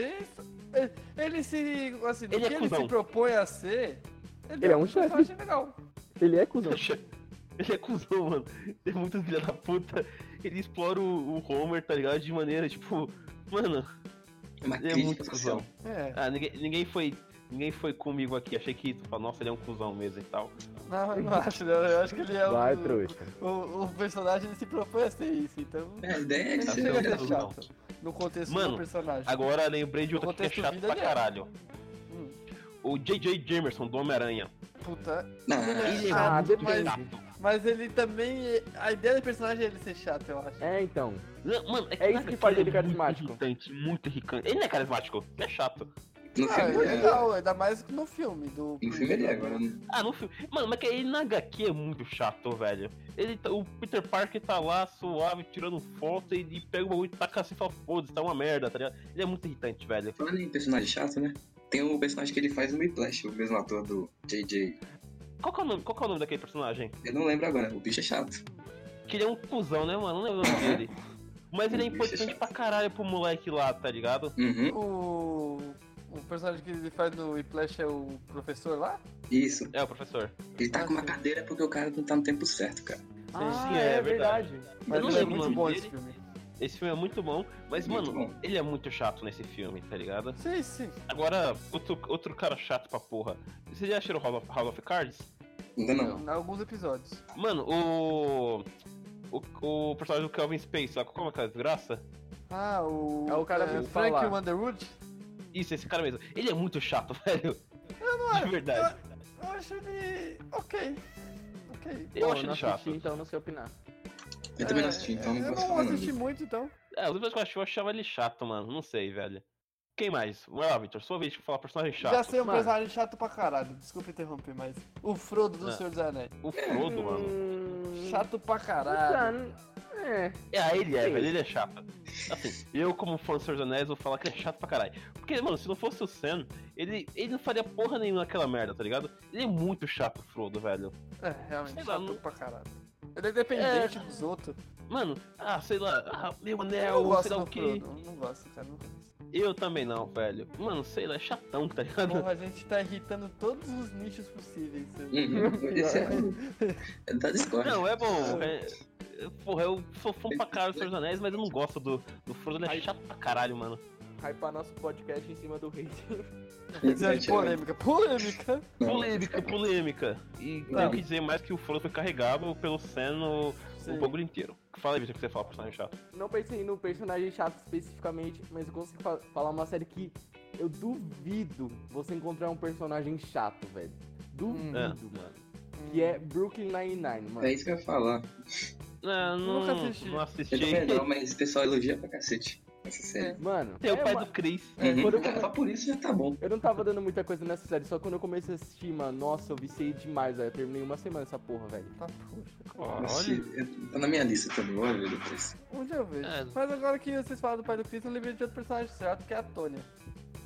Speaker 2: é- Ele se. Assim, do
Speaker 1: Ele é
Speaker 2: que ele se
Speaker 1: cuzão.
Speaker 2: propõe a ser. Ele,
Speaker 3: é um chefe.
Speaker 2: personagem legal.
Speaker 3: Ele é cuzão.
Speaker 1: Ele é cuzão, mano. Ele é muito filha da puta. Ele explora o, o Homer, tá ligado? De maneira, tipo. Mano,
Speaker 4: É uma
Speaker 1: ele é
Speaker 4: crítica
Speaker 1: muito
Speaker 4: social.
Speaker 1: cuzão.
Speaker 2: É.
Speaker 1: Ah, ninguém, ninguém foi. Ninguém foi comigo aqui. Achei que, tu fala, nossa, ele é um cuzão mesmo e tal.
Speaker 2: Não, eu não acho, não. Eu acho que ele é
Speaker 3: Vai,
Speaker 2: o,
Speaker 3: trouxa.
Speaker 2: o, o personagem ele se propõe a ser isso, então.
Speaker 4: É, a ideia é que
Speaker 2: Não
Speaker 1: Esse
Speaker 4: você
Speaker 2: chega a
Speaker 1: é
Speaker 2: ser
Speaker 1: o
Speaker 2: chato. No contexto
Speaker 1: Mano,
Speaker 2: do personagem.
Speaker 1: Agora lembrei de outra
Speaker 2: O
Speaker 1: que é
Speaker 2: contexto
Speaker 1: chato
Speaker 2: vida
Speaker 1: pra
Speaker 2: dela.
Speaker 1: caralho.
Speaker 2: Hum.
Speaker 1: o J.J. Jamerson do Homem-Aranha.
Speaker 2: Puta.
Speaker 4: Não,
Speaker 2: Ele é
Speaker 3: Ah,
Speaker 2: chato,
Speaker 3: depende.
Speaker 2: mas, mas ele também. A ideia do personagem é ele ser chato, eu acho.
Speaker 3: É, então.
Speaker 1: Não, mano,
Speaker 3: É isso que faz
Speaker 1: ele
Speaker 3: ele carismático.
Speaker 1: Muito irritante, muito irritante. Ele não é carismático, ele é chato.
Speaker 4: No
Speaker 2: Ah,
Speaker 4: filme
Speaker 2: é
Speaker 4: ele é.
Speaker 2: legal, ainda mais no filme do.
Speaker 4: No filme ele é, agora. no-
Speaker 1: Ah, no filme. Mano, mas que ele na HQ é muito chato, velho. Ele, tá- o Peter Parker tá lá suave, tirando foto e, e pega o bagulho e taca assim e fala, foda-se, tá uma merda, tá ligado? Ele é muito irritante, velho.
Speaker 4: Falando em personagem chato, né? Tem o personagem que ele faz no Whiplash, o mesmo ator do JJ.
Speaker 1: Qual que é o nome, qual que é o nome daquele personagem?
Speaker 4: Eu não lembro agora, o bicho é chato.
Speaker 1: Que ele é um cuzão, né, mano? Não lembro o nome dele. Mas ele é importante pra caralho pro moleque lá, tá ligado?
Speaker 4: Uhum,
Speaker 2: O. O personagem que ele faz no Whiplash é o professor lá?
Speaker 4: isso.
Speaker 1: É, o professor.
Speaker 4: Ele tá com uma cadeira porque o cara não tá no tempo certo, cara.
Speaker 1: Ah, é verdade.
Speaker 2: Mas
Speaker 1: não
Speaker 2: ele é
Speaker 1: lembro o
Speaker 2: muito
Speaker 1: nome
Speaker 2: bom
Speaker 1: dele.
Speaker 2: esse filme.
Speaker 1: Esse filme é muito bom, mas,
Speaker 4: Muito
Speaker 1: mano,
Speaker 4: bom.
Speaker 1: ele é muito chato nesse filme, tá ligado?
Speaker 2: Sim, sim.
Speaker 1: Agora, outro, outro cara chato pra porra. Vocês já acharam House of, House of Cards?
Speaker 4: Ainda não.
Speaker 2: Em alguns episódios.
Speaker 1: Mano, o. O, o personagem do Kelvin Space, lá, como é que é a desgraça?
Speaker 2: Ah, o.
Speaker 3: É o cara
Speaker 2: é,
Speaker 3: principal
Speaker 2: Frank
Speaker 3: lá.
Speaker 2: Underwood?
Speaker 1: Isso, esse cara mesmo. Ele é muito chato, velho. Eu não De verdade.
Speaker 2: Eu acho ele. Ok. Ok.
Speaker 1: Eu
Speaker 3: Bom,
Speaker 1: acho
Speaker 3: não
Speaker 1: ele
Speaker 3: assisti,
Speaker 1: chato.
Speaker 3: então não sei opinar.
Speaker 4: Eu também não assisti, então
Speaker 2: É,
Speaker 4: não
Speaker 2: Eu
Speaker 4: posso
Speaker 2: não
Speaker 4: falar. não.
Speaker 2: assisti muito, então.
Speaker 1: É, os últimos que eu achei, eu achava ele chato, mano. Não sei, velho. Quem mais? Vai lá, Victor. Sua vez de falar personagem chato.
Speaker 2: Já sei um
Speaker 3: Mano.
Speaker 2: personagem chato pra caralho. Desculpa interromper, mas. O Frodo do
Speaker 1: Ah.
Speaker 2: Senhor dos Anéis.
Speaker 1: O Frodo, mano.
Speaker 3: Hum,
Speaker 2: Chato pra
Speaker 3: tá,
Speaker 2: caralho.
Speaker 3: n- É.
Speaker 1: É, ele é,
Speaker 3: Sim.
Speaker 1: velho, ele é chato. Assim, eu, como fã do Senhor dos Anéis, vou falar que ele é chato pra caralho. Porque, mano, se não fosse o Sam, ele, ele não faria porra nenhuma naquela merda, tá ligado? Ele é muito chato, Frodo, velho.
Speaker 2: É, realmente,
Speaker 1: Sei lá,
Speaker 2: chato
Speaker 1: não-
Speaker 2: pra caralho. Ele é dependente dos outros.
Speaker 1: Mano, ah, sei lá, ah, meu
Speaker 2: Eu
Speaker 1: anel,
Speaker 2: não gosto
Speaker 1: sei lá o
Speaker 2: do
Speaker 1: que.
Speaker 2: Frodo. Não gosto, cara. Não gosto.
Speaker 1: Eu também não, velho. Mano, sei lá, é chatão, tá ligado?
Speaker 2: Porra, a gente tá irritando todos os nichos possíveis. sabe?
Speaker 4: Uhum, esse é é da Discord.
Speaker 1: Não, é bom. É... é- Porra, eu sou fã pra caralho do Senhor dos Anéis, mas eu não gosto do, do Frodo, ele é
Speaker 3: Ai.
Speaker 1: chato pra caralho, mano.
Speaker 3: Hypar nosso podcast em cima do hate.
Speaker 2: Episódio
Speaker 1: é
Speaker 2: de polêmica. Polêmica!
Speaker 1: Polêmica, é polêmica. E
Speaker 4: Não.
Speaker 1: tenho que dizer mais que o Frodo foi carregado pelo Sam no,
Speaker 2: Sim.
Speaker 1: no bagulho inteiro. Fala aí, Vitor, o que você fala, personagem chato.
Speaker 3: Não pensei no personagem chato especificamente, mas eu consigo fa- falar uma série que eu duvido você encontrar um personagem chato, velho. Duvido,
Speaker 1: É.
Speaker 3: mano. Que é Brooklyn Nine-Nine, mano.
Speaker 4: É isso que eu ia falar.
Speaker 1: Não, não,
Speaker 2: Nunca assisti.
Speaker 1: não
Speaker 4: Eu também
Speaker 1: assisti.
Speaker 4: não, é mas o pessoal elogia pra cacete essa série.
Speaker 3: Mano,
Speaker 1: Tem
Speaker 3: é
Speaker 1: o pai
Speaker 3: uma-
Speaker 1: do Chris.
Speaker 4: Uhum.
Speaker 3: Quando eu
Speaker 4: Cara, só por isso já tá bom.
Speaker 3: eu não tava dando muita coisa nessa série, só quando eu comecei a assistir, mano, nossa, eu viciei demais, velho. Eu terminei uma semana essa porra, velho.
Speaker 2: Tá, poxa.
Speaker 1: Olha.
Speaker 4: Esse- é- Tá na minha lista também, eu vou ver depois.
Speaker 2: Onde eu vejo?
Speaker 1: É.
Speaker 2: Mas agora que vocês falam do pai do Chris, eu lembrei de outro personagem chato, que é a Tônia.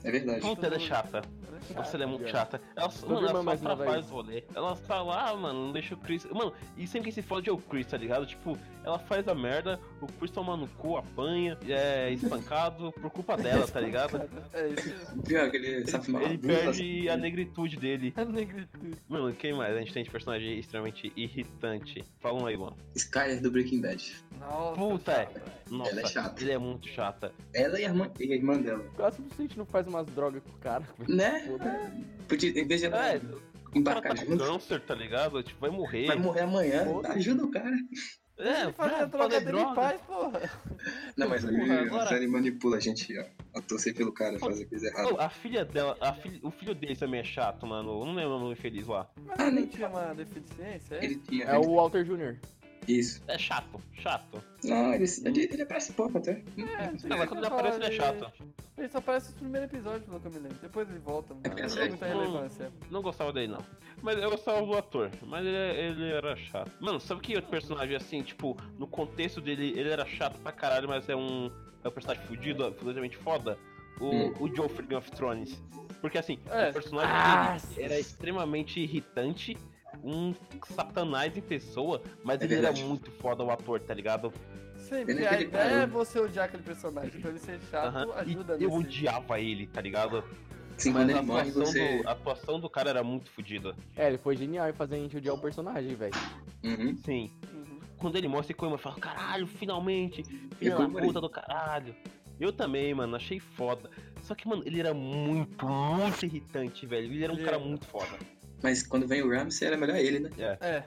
Speaker 4: É verdade.
Speaker 1: Puta, ela é chata.
Speaker 2: Ela é
Speaker 1: Nossa,
Speaker 2: chata.
Speaker 1: ela é muito
Speaker 3: Gabriel.
Speaker 1: chata. Ela,
Speaker 3: Sua
Speaker 1: mano,
Speaker 3: irmã
Speaker 1: ela só
Speaker 3: mais nova
Speaker 1: atrapalha
Speaker 3: aí.
Speaker 1: os rolê. Ela tá lá, mano, não deixa o Chris. Mano, e sempre que se fode é o Chris, tá ligado? Tipo, ela faz a merda, o Chris toma no cu, apanha, é espancado por culpa dela, tá ligado?
Speaker 2: É isso.
Speaker 4: Pior que ele sabe falar.
Speaker 1: Ele
Speaker 4: assim.
Speaker 1: perde a negritude dele.
Speaker 2: A É negritude.
Speaker 1: Mano, quem mais? A gente tem de personagem extremamente irritante. Fala um aí, mano.
Speaker 4: Skyler do Breaking Bad.
Speaker 2: Nossa.
Speaker 1: Puta, é.
Speaker 2: chata.
Speaker 1: Nossa,
Speaker 4: Ela é chata.
Speaker 1: ele é muito chata.
Speaker 4: Ela e a irmã, e a irmã dela.
Speaker 3: Eu acho que a gente não faz umas drogas com o cara, velho.
Speaker 4: Né?
Speaker 3: Foda-se.
Speaker 4: Podia, em vez de ela
Speaker 1: É, o cara
Speaker 4: embarcar
Speaker 1: tá com
Speaker 4: junto,
Speaker 1: câncer, tá ligado? Tipo, vai morrer.
Speaker 4: vai morrer amanhã. tá,
Speaker 3: Foda-se.
Speaker 4: Ajuda o cara.
Speaker 1: É,
Speaker 2: Ele fazia
Speaker 1: vai
Speaker 2: a droga
Speaker 1: fazer
Speaker 2: dele em paz, porra.
Speaker 4: Não, mas ali
Speaker 1: Porra,
Speaker 4: a
Speaker 1: agora-
Speaker 4: série manipula a gente ó, a torcer pelo cara, fazer coisa errada.
Speaker 1: Pô, a filha dela, a filha- o filho dele também é chato, mano. Eu não lembro o nome feliz lá.
Speaker 2: Mas ele não tinha uma deficiência, é?
Speaker 4: Ele tinha.
Speaker 3: É o Walter Jr.
Speaker 4: Isso.
Speaker 1: É chato, chato.
Speaker 4: Não, ele, ele, ele aparece pouco até.
Speaker 1: Não, mas quando ele aparece, ele é chato.
Speaker 2: Ele só aparece nos primeiros episódios, pelo que eu me lembro. Depois ele volta, mano.
Speaker 4: porque
Speaker 2: Não
Speaker 4: é
Speaker 2: tem muita
Speaker 1: sério.
Speaker 2: relevância.
Speaker 1: Não gostava dele, não. Mas eu gostava do ator, mas ele, ele era chato. Mano, sabe que outro personagem, assim, tipo, no contexto dele, ele era chato pra caralho, mas é um, é um personagem fudido, absolutamente foda? O,
Speaker 4: Hum.
Speaker 1: o Joffrey Game of Thrones. Porque, assim,
Speaker 2: É.
Speaker 1: o personagem
Speaker 3: Ah,
Speaker 1: dele era extremamente irritante, um satanás em pessoa, mas
Speaker 4: É
Speaker 1: ele era
Speaker 4: verdade.
Speaker 1: muito foda o ator, tá ligado?
Speaker 2: Sim,
Speaker 4: Ele
Speaker 2: porque
Speaker 4: é
Speaker 2: a
Speaker 4: aquele
Speaker 2: ideia é
Speaker 4: cara-
Speaker 2: você odiar aquele personagem. Pra ele ser chato,
Speaker 1: Aham. E
Speaker 2: ajuda
Speaker 1: eu
Speaker 2: nesse-
Speaker 1: odiava ele, tá ligado?
Speaker 4: Sim,
Speaker 1: Mas
Speaker 4: quando
Speaker 1: a
Speaker 4: ele morre,
Speaker 1: atuação,
Speaker 4: você.
Speaker 1: do, a atuação do cara era muito fodida.
Speaker 3: É, ele foi genial em fazer a gente odiar o personagem, velho.
Speaker 4: Uhum.
Speaker 1: Sim.
Speaker 2: Uhum.
Speaker 1: Quando ele mostra e coima, eu falo, caralho, finalmente,
Speaker 4: Eu
Speaker 1: filha da
Speaker 4: comemorei.
Speaker 1: puta do caralho. Eu também, mano, achei foda. Só que, mano, ele era muito, muito irritante, velho. Ele era um
Speaker 2: Ele
Speaker 1: cara
Speaker 2: era.
Speaker 1: muito foda.
Speaker 4: Mas quando vem o Ramsey, era melhor ele, né?
Speaker 2: É,
Speaker 3: É.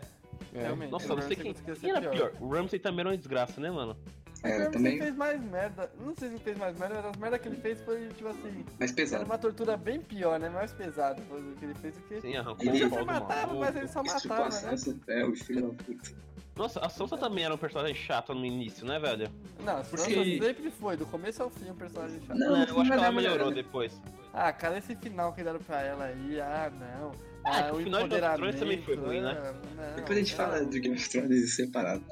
Speaker 2: realmente.
Speaker 1: Nossa, eu não sei quem,
Speaker 2: conseguia ser
Speaker 1: quem era pior. O Ramsey também era uma desgraça, né, mano?
Speaker 4: Era
Speaker 2: Então, Ele
Speaker 4: É, também.
Speaker 2: fez mais merda. Não sei se ele fez mais merda, mas as merdas que ele fez foi tipo assim.
Speaker 4: Mas
Speaker 2: Era
Speaker 4: pesado.
Speaker 2: uma tortura bem pior, né? Mais pesada foi o que ele é fez do que.
Speaker 1: Sim, arrancou
Speaker 2: Ele
Speaker 1: o
Speaker 4: é
Speaker 2: já
Speaker 1: pau
Speaker 2: se
Speaker 1: do
Speaker 2: matava, mas ele
Speaker 1: maluco.
Speaker 2: só
Speaker 4: Isso
Speaker 2: matava, né?
Speaker 4: passasse, é, o filho da puta.
Speaker 1: Nossa, a Sansa também era um personagem chato no início, né, velho?
Speaker 2: Não, a Sansa
Speaker 1: Porque-
Speaker 2: sempre foi, do começo ao fim, um personagem chato.
Speaker 4: Não,
Speaker 1: É,
Speaker 4: é
Speaker 1: eu acho que ela
Speaker 4: ela
Speaker 1: melhorou
Speaker 4: melhora.
Speaker 1: depois.
Speaker 2: Ah, cara, esse final que deram pra ela aí, ah, não.
Speaker 1: Ah,
Speaker 2: Ah,
Speaker 1: o
Speaker 2: o
Speaker 1: final de Game of Thrones
Speaker 2: empoderamento.
Speaker 1: também foi ruim, né?
Speaker 2: ah, não,
Speaker 4: Depois a gente fala
Speaker 2: não.
Speaker 4: de Game of Thrones separado.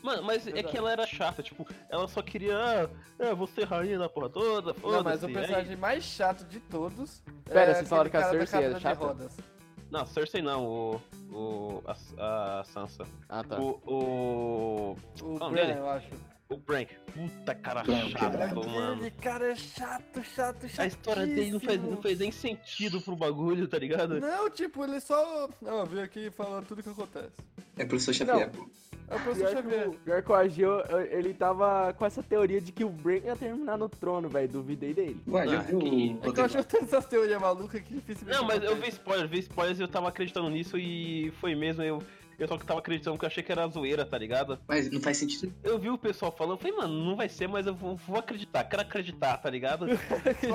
Speaker 1: Mano, mas é
Speaker 2: Verdade.
Speaker 1: que ela era chata, tipo, ela só queria. Ah, é, você rainha da porra toda, foda-se. é
Speaker 2: Não, mas o
Speaker 1: aí-
Speaker 2: personagem mais chato de todos.
Speaker 3: Pera,
Speaker 2: é
Speaker 3: vocês falaram
Speaker 2: aquele
Speaker 3: que a
Speaker 2: cara da
Speaker 3: Cersei
Speaker 2: cadeira
Speaker 3: era
Speaker 2: de
Speaker 3: chata?
Speaker 2: rodas.
Speaker 1: Não, Cersei não, o. o a, a Sansa.
Speaker 3: Ah, tá.
Speaker 1: O. O.
Speaker 2: O
Speaker 1: Não,
Speaker 2: Bran,
Speaker 1: dele.
Speaker 2: eu acho.
Speaker 1: O Brank. Puta cara
Speaker 4: Bran,
Speaker 1: chato, mano.
Speaker 2: Aquele cara é chato, chato, chato.
Speaker 1: A história dele não fez, não fez nem sentido pro bagulho, tá ligado?
Speaker 2: Não, tipo, ele só. Não, veio aqui e falou tudo que acontece.
Speaker 4: É professor Xavier,
Speaker 3: Não.
Speaker 4: pô.
Speaker 2: É o professor
Speaker 3: Pior que,
Speaker 2: Xavier.
Speaker 3: o, pior que o Agil, ele tava com essa teoria de que o Bran ia terminar no trono, velho. Duvidei dele.
Speaker 4: Ué, já
Speaker 1: Ah,
Speaker 4: viu
Speaker 1: que-
Speaker 4: o
Speaker 2: É que eu
Speaker 4: roteiro?
Speaker 2: acho tantas essas teorias malucas que dificilmente.
Speaker 1: Não, mas eu vi
Speaker 2: acontece.
Speaker 1: spoiler, vi spoilers e eu tava acreditando nisso e foi mesmo, eu, eu só que tava acreditando porque eu achei que era zoeira, tá ligado?
Speaker 4: Mas não faz sentido.
Speaker 1: Eu vi o pessoal falando, eu falei, mano, não vai ser, mas eu vou, vou acreditar, quero acreditar, tá ligado? Eu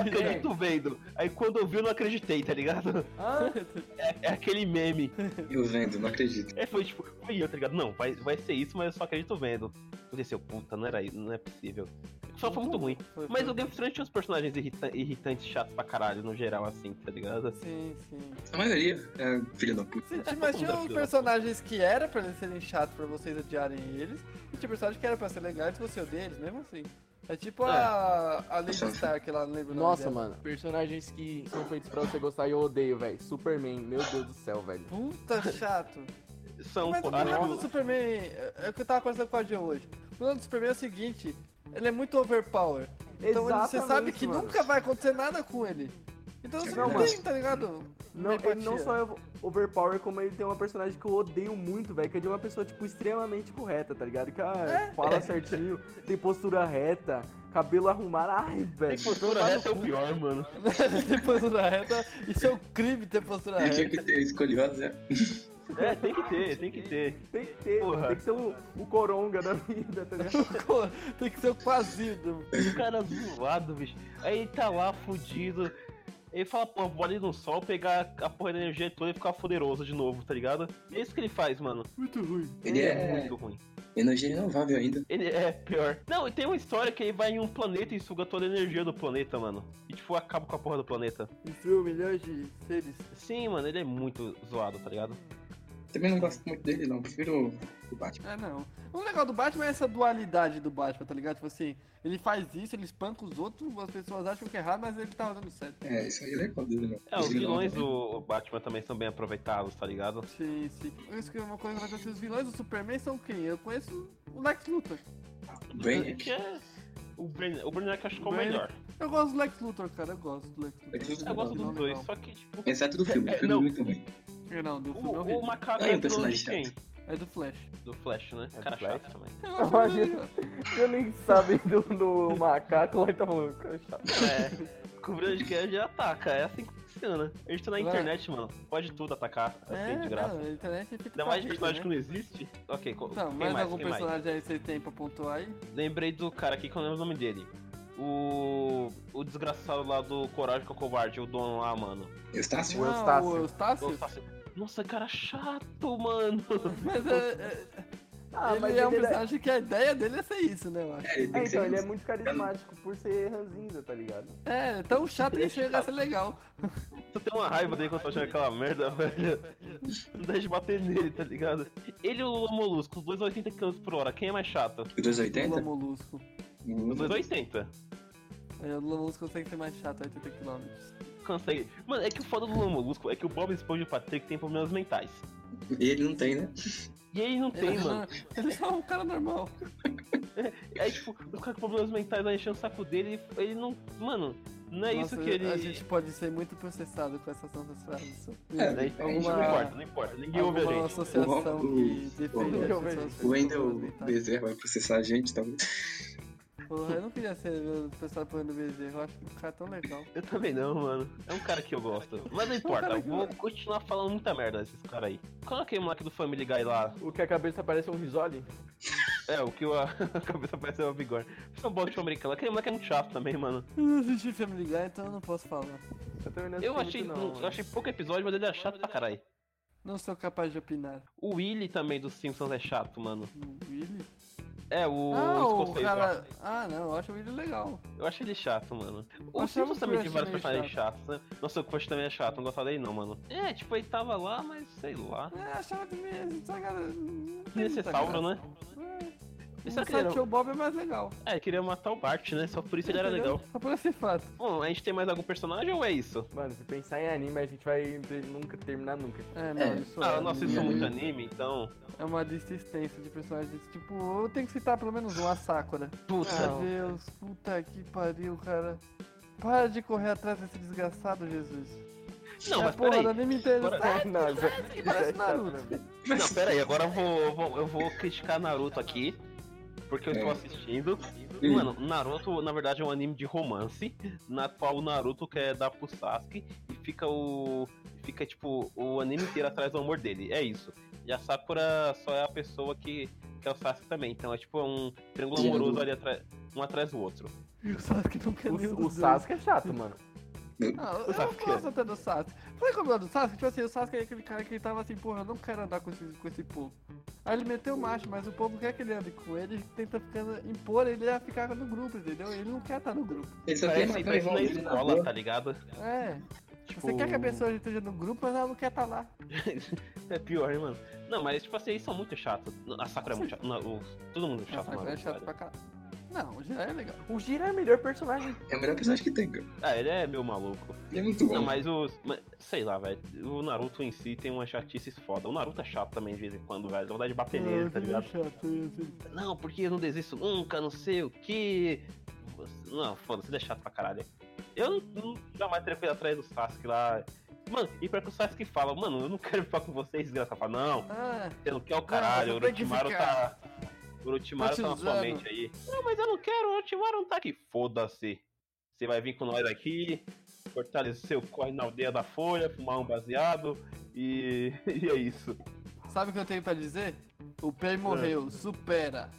Speaker 2: É.
Speaker 1: acredito vendo. Aí quando eu vi, eu não acreditei, tá ligado?
Speaker 2: Ah,
Speaker 1: É, é aquele meme.
Speaker 4: Eu vendo, não acredito.
Speaker 1: É, foi tipo, foi eu, tá ligado? Não, vai, vai ser isso, mas eu só acredito vendo. Aconteceu, puta, não era isso, não é possível. Só foi muito ruim.
Speaker 2: Foi-
Speaker 1: Mas
Speaker 2: foi-
Speaker 1: o Game of Thrones tinha uns personagens irrita- irritantes, chatos pra caralho, no geral, assim, tá ligado?
Speaker 2: Sim, sim.
Speaker 4: A maioria é filho da puta.
Speaker 2: Sim,
Speaker 1: tá
Speaker 2: mas tinha
Speaker 1: né?
Speaker 2: os personagens que era pra eles serem chatos pra vocês odiarem eles, e tinha personagens que era pra ser legais e você odeia eles, mesmo assim. É tipo a,
Speaker 1: É.
Speaker 2: a Lady Stark lá, não lembro o nome
Speaker 3: Nossa,
Speaker 2: dela.
Speaker 3: mano. é Personagens que são feitos pra você gostar e eu odeio, velho. Superman, meu Deus do céu, velho.
Speaker 2: Puta chato.
Speaker 1: São,
Speaker 2: mas o
Speaker 1: acho que
Speaker 2: problema
Speaker 1: o-
Speaker 2: do Superman, é é o que eu tava conversando com a Jill hoje. O problema do Superman é o seguinte, ele é muito overpower. Então ele- você
Speaker 3: Exatamente,
Speaker 2: sabe que
Speaker 3: mano.
Speaker 2: nunca vai acontecer nada com ele. Então você não,
Speaker 4: Não,
Speaker 2: tem, tá ligado?
Speaker 3: Não, ele não
Speaker 2: empatia.
Speaker 3: só é overpower, como ele tem uma personagem que eu odeio muito, velho. Que é de uma pessoa, tipo, extremamente correta, tá ligado? Que ah, fala certinho, tem postura reta, cabelo arrumado. Ai, velho.
Speaker 1: Postura reta é o pior, mano.
Speaker 2: ter postura reta, isso é um crime ter postura
Speaker 4: Ele tinha
Speaker 2: reta.
Speaker 4: que ter escolhido a Zé.
Speaker 1: É, tem que ter, tem que ter.
Speaker 3: Tem que ter,
Speaker 1: Porra.
Speaker 3: tem que ser o, o coronga da vida, tá ligado?
Speaker 2: tem que ser um o quasido.
Speaker 1: O cara zoado, bicho. Aí ele tá lá, fudido. Ele fala, pô, vou ali no sol, pegar a porra da energia toda e ficar poderoso de novo, tá ligado? E é isso que ele faz, mano.
Speaker 3: Muito ruim.
Speaker 4: Ele é
Speaker 1: Muito ruim.
Speaker 4: energia renovável ainda.
Speaker 1: Ele é pior. Não, e tem uma história que ele vai em um planeta e suga toda a energia do planeta, mano. E tipo, acaba com a porra do planeta.
Speaker 2: Destruiu milhões de seres.
Speaker 1: Sim, mano, ele é muito zoado, tá ligado?
Speaker 4: Também não gosto muito dele, não. Prefiro o Batman.
Speaker 2: É, não. O legal do Batman é essa dualidade do Batman, tá ligado? Tipo assim, ele faz isso, ele espanca os outros, as pessoas acham que é errado, mas ele tá dando certo.
Speaker 4: É, isso aí é legal dele, não.
Speaker 1: É, os vilões do Batman também são bem aproveitados, tá ligado?
Speaker 2: Sim, sim. Isso que é uma coisa que acontece. Os vilões do Superman são quem? Eu conheço o Lex Luthor.
Speaker 4: Brainiac.
Speaker 1: Que é... O Brain, o Brainiac eu acho que é o
Speaker 2: Brain-
Speaker 1: melhor.
Speaker 2: Eu gosto do Lex Luthor, cara. Eu gosto do Lex Luthor.
Speaker 4: Lex Luthor,
Speaker 1: Eu gosto
Speaker 2: Vilão
Speaker 1: dos dois,
Speaker 2: legal.
Speaker 1: só que, tipo,
Speaker 4: Exceto do filme.
Speaker 1: É,
Speaker 4: O filme é
Speaker 1: não.
Speaker 4: muito ruim.
Speaker 2: É, Não, do filme é
Speaker 1: o, o
Speaker 2: horrível.
Speaker 1: macaco
Speaker 4: Aí,
Speaker 1: é
Speaker 4: Ah,
Speaker 1: vilão de
Speaker 4: o personagem
Speaker 1: quem?
Speaker 2: É do Flash.
Speaker 1: Do Flash, né?
Speaker 3: É
Speaker 1: Cara
Speaker 3: do Flash.
Speaker 1: chato também.
Speaker 2: Eu acho
Speaker 3: Imagina.
Speaker 2: ele legal.
Speaker 3: Eu nem sabia do, do macaco lá, então, mano, cara, chato.
Speaker 1: É, cobrindo de quem já ataca, é assim que funciona. A gente tá na
Speaker 2: Vai.
Speaker 1: internet, mano, pode tudo atacar, assim,
Speaker 2: É,
Speaker 1: de graça.
Speaker 2: não, a internet fica
Speaker 1: Ainda mais de
Speaker 2: pra
Speaker 1: personagem
Speaker 2: vida,
Speaker 1: que não
Speaker 2: né?
Speaker 1: existe. Ok, co-
Speaker 2: Então,
Speaker 1: quem
Speaker 2: mais,
Speaker 1: mais?
Speaker 2: algum
Speaker 1: quem mais?
Speaker 2: personagem aí você tem pra pontuar aí?
Speaker 1: Lembrei do cara aqui que eu não lembro o nome dele. O. O desgraçado lá do Coragem com o Covarde, o dono lá, mano.
Speaker 4: Eustácio?
Speaker 3: O
Speaker 2: Não,
Speaker 3: Eustácio.
Speaker 2: O Eustácio?
Speaker 1: Nossa, assim, Nossa, cara chato, mano.
Speaker 2: Mas é, é-
Speaker 3: Ah,
Speaker 2: ele
Speaker 3: mas
Speaker 2: é um
Speaker 3: ele é-
Speaker 2: personagem que a ideia dele é ser isso, né, eu acho.
Speaker 4: É, ele tem
Speaker 3: É,
Speaker 4: que ser
Speaker 3: então, ele é
Speaker 4: isso.
Speaker 3: muito carismático por ser ranzinza, tá ligado?
Speaker 2: É, tão chato que chega a ser legal.
Speaker 1: Tu tem uma raiva dele quando tu achando aquela merda, velho. Não dá de bater nele, tá ligado? Ele e o Lula Molusco, os dois 80 km por hora, quem é mais chato?
Speaker 4: O
Speaker 2: Lula
Speaker 4: 280?
Speaker 2: Molusco.
Speaker 1: Os dois 80.
Speaker 2: É, o Lula Molusco consegue ser mais chato a 80 km.
Speaker 1: Consegue. Mano, é que o foda do Lula Molusco é que o Bob Esponja e o Patrick tem problemas mentais.
Speaker 4: E ele não tem, né?
Speaker 1: E ele não tem,
Speaker 2: ele,
Speaker 1: mano.
Speaker 2: Ele é só um cara normal.
Speaker 1: Aí, tipo, os caras com problemas mentais vai enchendo o saco dele e ele não. Mano, não é
Speaker 2: Nossa,
Speaker 1: isso que ele.
Speaker 2: A gente pode ser muito processado com essas nossas frases.
Speaker 4: É,
Speaker 1: Né? Não
Speaker 2: alguma-
Speaker 1: importa, não importa. Ninguém ouve a
Speaker 2: Alguma
Speaker 1: gente.
Speaker 2: associação
Speaker 4: O-
Speaker 2: que
Speaker 4: o-
Speaker 2: defende
Speaker 4: o-
Speaker 2: as pessoas
Speaker 4: O
Speaker 2: com
Speaker 4: Uhum. Wendel
Speaker 2: problemas mentais.
Speaker 4: Bezerra vai processar a gente, tá talvez.
Speaker 2: Porra, eu não queria ser o pessoal do Bezerra, eu acho que o cara é tão legal.
Speaker 1: Eu também não, mano. É um cara que eu gosto. Mas não importa, eu vou continuar falando muita merda desses caras aí. Coloquei o moleque do Family Guy lá.
Speaker 3: O que a cabeça parece um risole?
Speaker 1: É, o que a, a cabeça parece uma bigorna. Essa bosta americana. Aquele moleque é muito chato também, mano.
Speaker 2: Eu não assisti Family Guy, então eu não posso falar.
Speaker 3: Eu, também não
Speaker 1: Eu
Speaker 3: assisti
Speaker 1: achei, um,
Speaker 3: muito,
Speaker 1: eu achei pouco episódio, mas ele é chato pra caralho.
Speaker 2: Não sou capaz de opinar.
Speaker 1: O Willy também dos Simpsons é chato, mano.
Speaker 2: O Willy?
Speaker 1: É, o
Speaker 2: ah, o
Speaker 1: escocês. lá.
Speaker 2: cara... ah, não, eu acho o Willy legal.
Speaker 1: Eu acho ele chato, mano. O
Speaker 2: Mas sabe
Speaker 1: Simpsons
Speaker 2: o que
Speaker 1: também
Speaker 2: eu
Speaker 1: tem
Speaker 2: acho
Speaker 1: vários
Speaker 2: meio
Speaker 1: personagens chatos, né? Nossa, o Crush também é chato, não gostava dele não, mano. É, tipo, ele tava lá, mas sei lá.
Speaker 2: É, achava que mesmo, só cara. tá
Speaker 1: Necessário, né?
Speaker 2: É, O
Speaker 1: Isso aqui era-
Speaker 2: Sideshow Bob é mais legal.
Speaker 1: É, ele queria matar o Bart, né? Só por isso ele era
Speaker 2: Entendeu?
Speaker 1: legal.
Speaker 2: Só por esse fato.
Speaker 1: Bom, a gente tem mais algum personagem ou é isso?
Speaker 3: Mano, se pensar em anime, a gente vai ter- nunca terminar nunca.
Speaker 2: É, mano,
Speaker 4: É.
Speaker 2: isso
Speaker 1: Ah, nossa, isso é
Speaker 4: anime.
Speaker 1: muito anime, então.
Speaker 2: é uma lista extensa de personagens. Tipo, eu tenho que citar pelo menos um, a Sakura.
Speaker 1: Puta.
Speaker 2: Meu Deus, puta que pariu, cara. Para de correr atrás desse desgraçado, Jesus.
Speaker 1: Não,
Speaker 2: é a
Speaker 1: mas
Speaker 2: porra
Speaker 1: peraí.
Speaker 2: da anime inteira.
Speaker 1: Bora-
Speaker 2: sai,
Speaker 3: Não, isso é-
Speaker 2: que parece
Speaker 3: isso é chato,
Speaker 2: Naruto.
Speaker 3: né?
Speaker 1: Não, pera aí, agora eu vou, eu vou, eu vou criticar Naruto aqui. Porque eu tô
Speaker 4: É.
Speaker 1: assistindo.
Speaker 4: Hum.
Speaker 1: Mano, Naruto, na verdade, é um anime de romance, na qual o Naruto quer dar pro Sasuke e fica o. Fica, tipo, o anime inteiro atrás do amor dele. É isso. E a Sakura só é a pessoa que, que é o Sasuke também. Então é tipo um triângulo
Speaker 4: Sim.
Speaker 1: amoroso ali atrás. Um atrás do outro.
Speaker 2: E o Sasuke não quer nem
Speaker 3: O, o Sasuke é chato, mano.
Speaker 2: Não, eu
Speaker 1: O Sasuke.
Speaker 2: não gosto até do Sasuke. Sabe como é o do Sasuke? Tipo assim, o Sasuke é aquele cara que ele tava assim, porra, eu não quero andar com esse, com esse povo. Aí ele meteu o macho, mas o povo quer que ele ande com ele, ele tenta ficando, impor ele a ficar no grupo, entendeu? Ele não quer estar no grupo.
Speaker 4: Ele só quer
Speaker 1: Parece,
Speaker 4: matar é o tá
Speaker 1: parece
Speaker 4: irmão
Speaker 1: na
Speaker 4: dele na
Speaker 1: escola,
Speaker 4: rua.
Speaker 1: tá ligado?
Speaker 2: É,
Speaker 1: Tipo,
Speaker 2: você quer que a pessoa esteja no grupo, mas ela não quer estar lá.
Speaker 1: É pior, hein, mano. Não, mas tipo assim, eles são muito chatos. A Sakura é muito chata. Não, o- Todo mundo é chato,
Speaker 2: Nossa,
Speaker 1: mano.
Speaker 2: é chato pra caralho. Não, o Jiraiya é legal.
Speaker 3: O Gira é o melhor personagem.
Speaker 4: É o melhor personagem que tem, cara.
Speaker 1: Ah, ele é meu maluco.
Speaker 4: Ele é muito bom.
Speaker 1: Não, mas os. mas, sei lá, velho. O Naruto em si tem uma chatice foda. O Naruto é chato também de vez em quando, velho. Dá vontade de bater nele, tá
Speaker 3: É
Speaker 1: ligado? Não, porque eu não desisto nunca, não sei o que. Não, foda-se, ele é chato pra caralho. Eu não, não- jamais teria feito atrás do Sasuke lá. Mano, e pior que o Sasuke fala, mano, eu não quero ficar com vocês, desgraça. Fala, não,
Speaker 2: Ah,
Speaker 1: você não quer o caralho,
Speaker 2: Não,
Speaker 1: o
Speaker 2: você tem que
Speaker 1: Orochimaru tá.
Speaker 2: ficar.
Speaker 1: O Orochimaru
Speaker 2: Tá te
Speaker 1: tá na sua
Speaker 2: usando.
Speaker 1: mente aí. Não, mas eu não quero, o Orochimaru não tá aqui. Foda-se. Você vai vir com nós aqui, fortalecer o corre na aldeia da Folha, fumar um baseado e. e é isso.
Speaker 2: sabe o que eu tenho pra dizer? O Pei
Speaker 1: É.
Speaker 2: morreu, supera,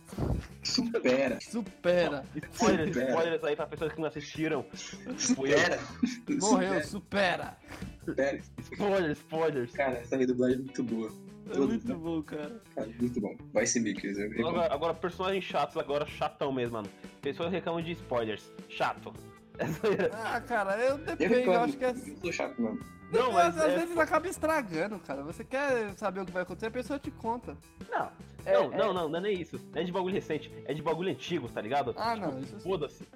Speaker 4: Supera.
Speaker 2: supera,
Speaker 1: Spoilers,
Speaker 4: Supera.
Speaker 1: spoilers aí pra pessoas que não assistiram. Fui eu.
Speaker 4: Supera.
Speaker 2: morreu, supera.
Speaker 4: Supera.
Speaker 1: Spoilers, spoilers.
Speaker 4: Cara, essa redublagem é muito boa.
Speaker 2: É muito bom, cara.
Speaker 4: Cara, muito bom. Vai se Mikers. É, é bom.
Speaker 1: Agora, agora, personagens chatos, agora chatão mesmo, mano. Pessoas reclamam de spoilers. Chato.
Speaker 2: Ah, cara, eu
Speaker 4: Eu
Speaker 2: dependo, eu
Speaker 4: reclamo.
Speaker 2: acho que é
Speaker 4: Eu sou chato, mano.
Speaker 1: Não, mas.
Speaker 2: Mas às
Speaker 1: é-
Speaker 2: vezes acaba estragando, cara. Você quer saber o que vai acontecer, a pessoa te conta.
Speaker 3: Não. é-
Speaker 1: Não,
Speaker 3: é-
Speaker 1: não, não, não é nem isso. Não é de bagulho recente, é de bagulho antigo, tá ligado?
Speaker 2: Ah, não, isso sim.
Speaker 1: Foda-se.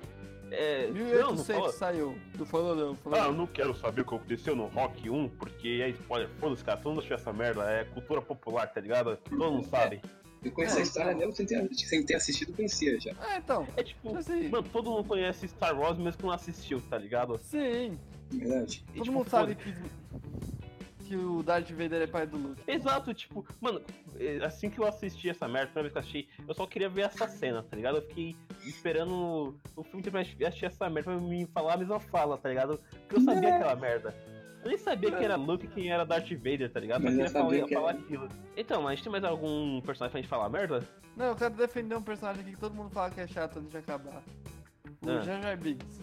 Speaker 1: É. Não, não
Speaker 2: 1800
Speaker 1: fala.
Speaker 2: saiu. Não falou não, falou
Speaker 1: Ah, eu
Speaker 2: não.
Speaker 1: não quero saber o que aconteceu no Rock 1, porque é spoiler. Foda-se, cara, todo mundo assistiu essa merda. É cultura popular, tá ligado? Todo mundo sabe.
Speaker 4: Eu conheço
Speaker 2: É,
Speaker 4: a história
Speaker 2: então.
Speaker 4: mesmo sem ter, sem ter assistido, eu conhecia já.
Speaker 2: Ah, então.
Speaker 1: É tipo.
Speaker 2: tipo Assim,
Speaker 1: Mano, todo mundo conhece Star Wars, mesmo que não assistiu, tá ligado?
Speaker 2: sim.
Speaker 4: na Verdade.
Speaker 1: E,
Speaker 2: Todo
Speaker 1: tipo,
Speaker 2: mundo sabe que, que o Darth Vader é pai do Luke.
Speaker 1: Exato, tipo, mano, eh, assim que eu assisti essa merda, a primeira vez que eu assisti, eu só queria ver essa cena, tá ligado? Eu fiquei esperando o filme inteiro pra assistir essa merda pra me falar a mesma fala, tá ligado? Porque eu
Speaker 4: é.
Speaker 1: sabia aquela merda. Eu nem sabia quem era Luke e quem era Darth Vader, tá ligado? Eu
Speaker 4: Mas
Speaker 1: queria
Speaker 4: eu sabia
Speaker 1: falar,
Speaker 4: que
Speaker 1: falar
Speaker 4: era.
Speaker 1: aquilo. Então, mas tem mais algum personagem pra gente falar merda?
Speaker 2: Não, eu quero defender um personagem aqui que todo mundo fala que é chato antes de acabar. O
Speaker 1: Ah.
Speaker 2: Jar Jar Binks.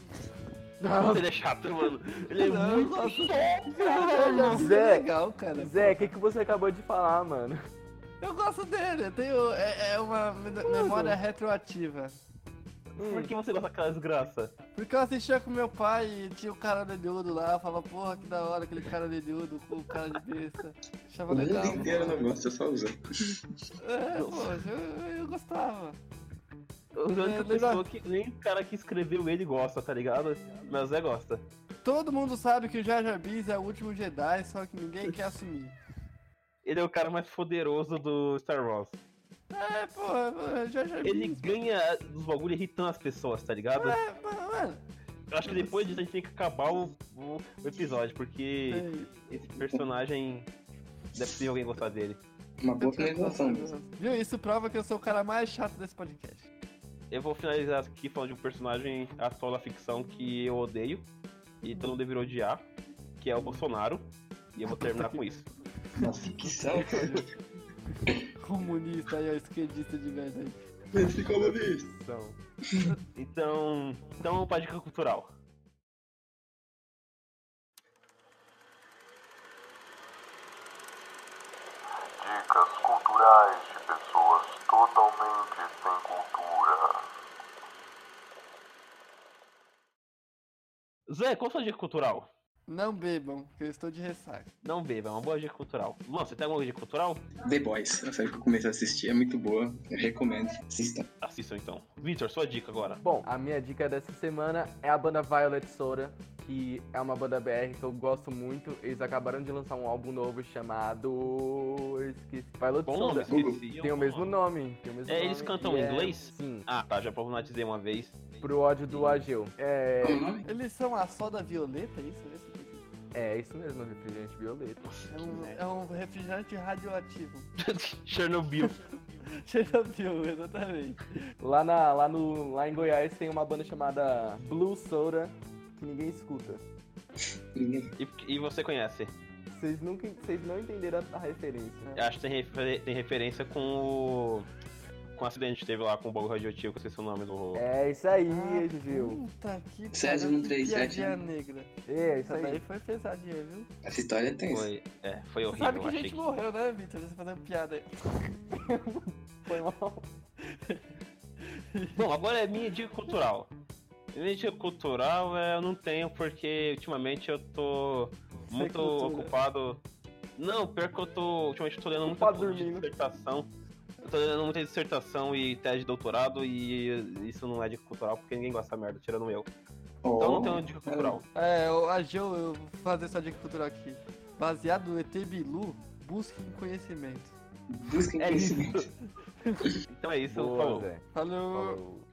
Speaker 1: Nossa, ele é chato, mano. Ele é
Speaker 2: Não,
Speaker 1: muito
Speaker 2: nossa.
Speaker 1: chato.
Speaker 2: Jar Jar Binks
Speaker 3: Zé.
Speaker 2: é legal, cara.
Speaker 3: Zé, o que, que você acabou de falar, mano?
Speaker 2: Eu gosto dele, eu tenho. É, é uma me- memória retroativa.
Speaker 1: Por que você gosta daquela desgraça?
Speaker 2: Porque eu assistia com meu pai e tinha o cara olhudo lá, eu falava, porra, que da hora aquele cara olhudo com o cara de besta. Achava
Speaker 4: O mundo
Speaker 2: legal.
Speaker 4: inteiro
Speaker 1: né?
Speaker 4: não gosta, só usa.
Speaker 2: É, poxa, eu, eu gostava.
Speaker 1: A única
Speaker 2: É,
Speaker 1: pessoa
Speaker 2: legal.
Speaker 1: que nem o cara que escreveu ele gosta, tá ligado? Mas o Zé gosta.
Speaker 2: Todo mundo sabe que o Jar Jar Binks é o último Jedi, só que ninguém quer assumir.
Speaker 1: Ele é o cara mais poderoso do Star Wars.
Speaker 2: É, porra, porra, Jar Jar
Speaker 1: Ele
Speaker 2: Binks.
Speaker 1: ganha dos bagulho irritando as pessoas, tá ligado?
Speaker 2: É, porra, mano.
Speaker 1: Eu acho que depois disso a gente tem que acabar o, o- o episódio, porque
Speaker 2: É,
Speaker 1: esse personagem. Não é possível alguém gostar dele.
Speaker 4: Uma boa
Speaker 2: eu gosto,
Speaker 4: finalização.
Speaker 2: eu
Speaker 4: mesmo.
Speaker 2: gosto. Viu? Isso prova que eu sou o cara mais chato desse podcast.
Speaker 1: Eu vou finalizar aqui falando de um personagem atual da ficção que eu odeio e todo mundo deveria odiar, que é o Bolsonaro. E eu vou terminar com isso.
Speaker 4: Nossa, que sal, cara.
Speaker 2: Comunista aí, ó, esquerdista de merda aí.
Speaker 4: Ficou meu bicho.
Speaker 3: Então,
Speaker 1: Então, então pra dica cultural.
Speaker 10: Dicas culturais de pessoas totalmente sem cultura.
Speaker 1: Zé, qual a sua dica cultural?
Speaker 2: Não bebam, porque eu estou de ressaca.
Speaker 1: Não beba, é uma boa dica cultural. Luan, você tem alguma dica cultural?
Speaker 4: The Boys, a série que eu comecei a assistir, é muito boa. Eu recomendo. Assistam.
Speaker 1: Assistam então. Victor, sua dica agora.
Speaker 3: bom, a minha dica dessa semana é a banda Violet Soda, que é uma banda BR que eu gosto muito. Eles acabaram de lançar um álbum novo chamado. eu Esqueci. Violet
Speaker 1: Bom nome,
Speaker 3: Soda.
Speaker 1: esqueci.
Speaker 3: Tem o
Speaker 1: bom
Speaker 3: mesmo
Speaker 1: nome.
Speaker 3: nome. tem o mesmo
Speaker 1: É, eles
Speaker 3: nome,
Speaker 1: cantam
Speaker 3: e
Speaker 1: em
Speaker 3: é-
Speaker 1: inglês?
Speaker 3: Sim.
Speaker 1: Ah, tá, já problematizei uma vez.
Speaker 3: Pro ódio do Ageu. É,
Speaker 4: Qual o nome?
Speaker 2: Eles são a soda violeta, isso? é isso?
Speaker 3: é isso mesmo, refrigerante violeta.
Speaker 2: É um, é um refrigerante radioativo.
Speaker 1: Chernobyl.
Speaker 2: Chernobyl, exatamente.
Speaker 3: Lá, na, lá, no, lá em Goiás tem uma banda chamada Blue Soda que ninguém escuta.
Speaker 4: Ninguém.
Speaker 1: E, e você conhece?
Speaker 3: Vocês nunca vocês não entenderam a, a referência.
Speaker 1: Eu acho que tem, refer- tem referência com o. Com o acidente que teve lá com o bagulho radioativo, que eu esqueci o nome do.
Speaker 3: É isso aí,
Speaker 2: Ah,
Speaker 3: Gil.
Speaker 2: Puta que
Speaker 4: César
Speaker 2: pariu,
Speaker 4: no
Speaker 2: que
Speaker 4: 37,
Speaker 2: piadinha
Speaker 4: né?
Speaker 2: negra.
Speaker 3: É isso
Speaker 2: Essa
Speaker 3: aí.
Speaker 2: daí foi pesadinha, viu?
Speaker 4: Essa história é tensa.
Speaker 1: Foi, é, foi
Speaker 2: Você sabe
Speaker 1: horrível,
Speaker 2: que
Speaker 1: achei
Speaker 2: gente
Speaker 1: que-
Speaker 2: morreu, né, Vitor? Você fazendo piada aí.
Speaker 3: Foi mal.
Speaker 1: Bom, agora é minha dica cultural. Minha dica cultural é, eu não tenho, porque ultimamente eu tô
Speaker 2: Sem
Speaker 1: muito
Speaker 2: cultura.
Speaker 1: ocupado. Não, pior que eu tô. Ultimamente eu tô lendo muita
Speaker 3: Ocupado
Speaker 1: coisa de
Speaker 3: dormindo.
Speaker 1: dissertação. Eu tô lendo muita dissertação e tese de doutorado, e isso não é dica cultural, porque ninguém gosta da merda, tirando eu. Então eu não tenho dica cultural.
Speaker 2: É, o- a Geo, eu vou fazer essa dica cultural aqui. Baseado no ET Bilu, busquem conhecimento.
Speaker 4: Busquem
Speaker 1: É isso.
Speaker 4: conhecimento.
Speaker 1: Então é isso,
Speaker 3: Boa,
Speaker 1: falou.
Speaker 3: Zé.
Speaker 2: Falou.
Speaker 3: Falou.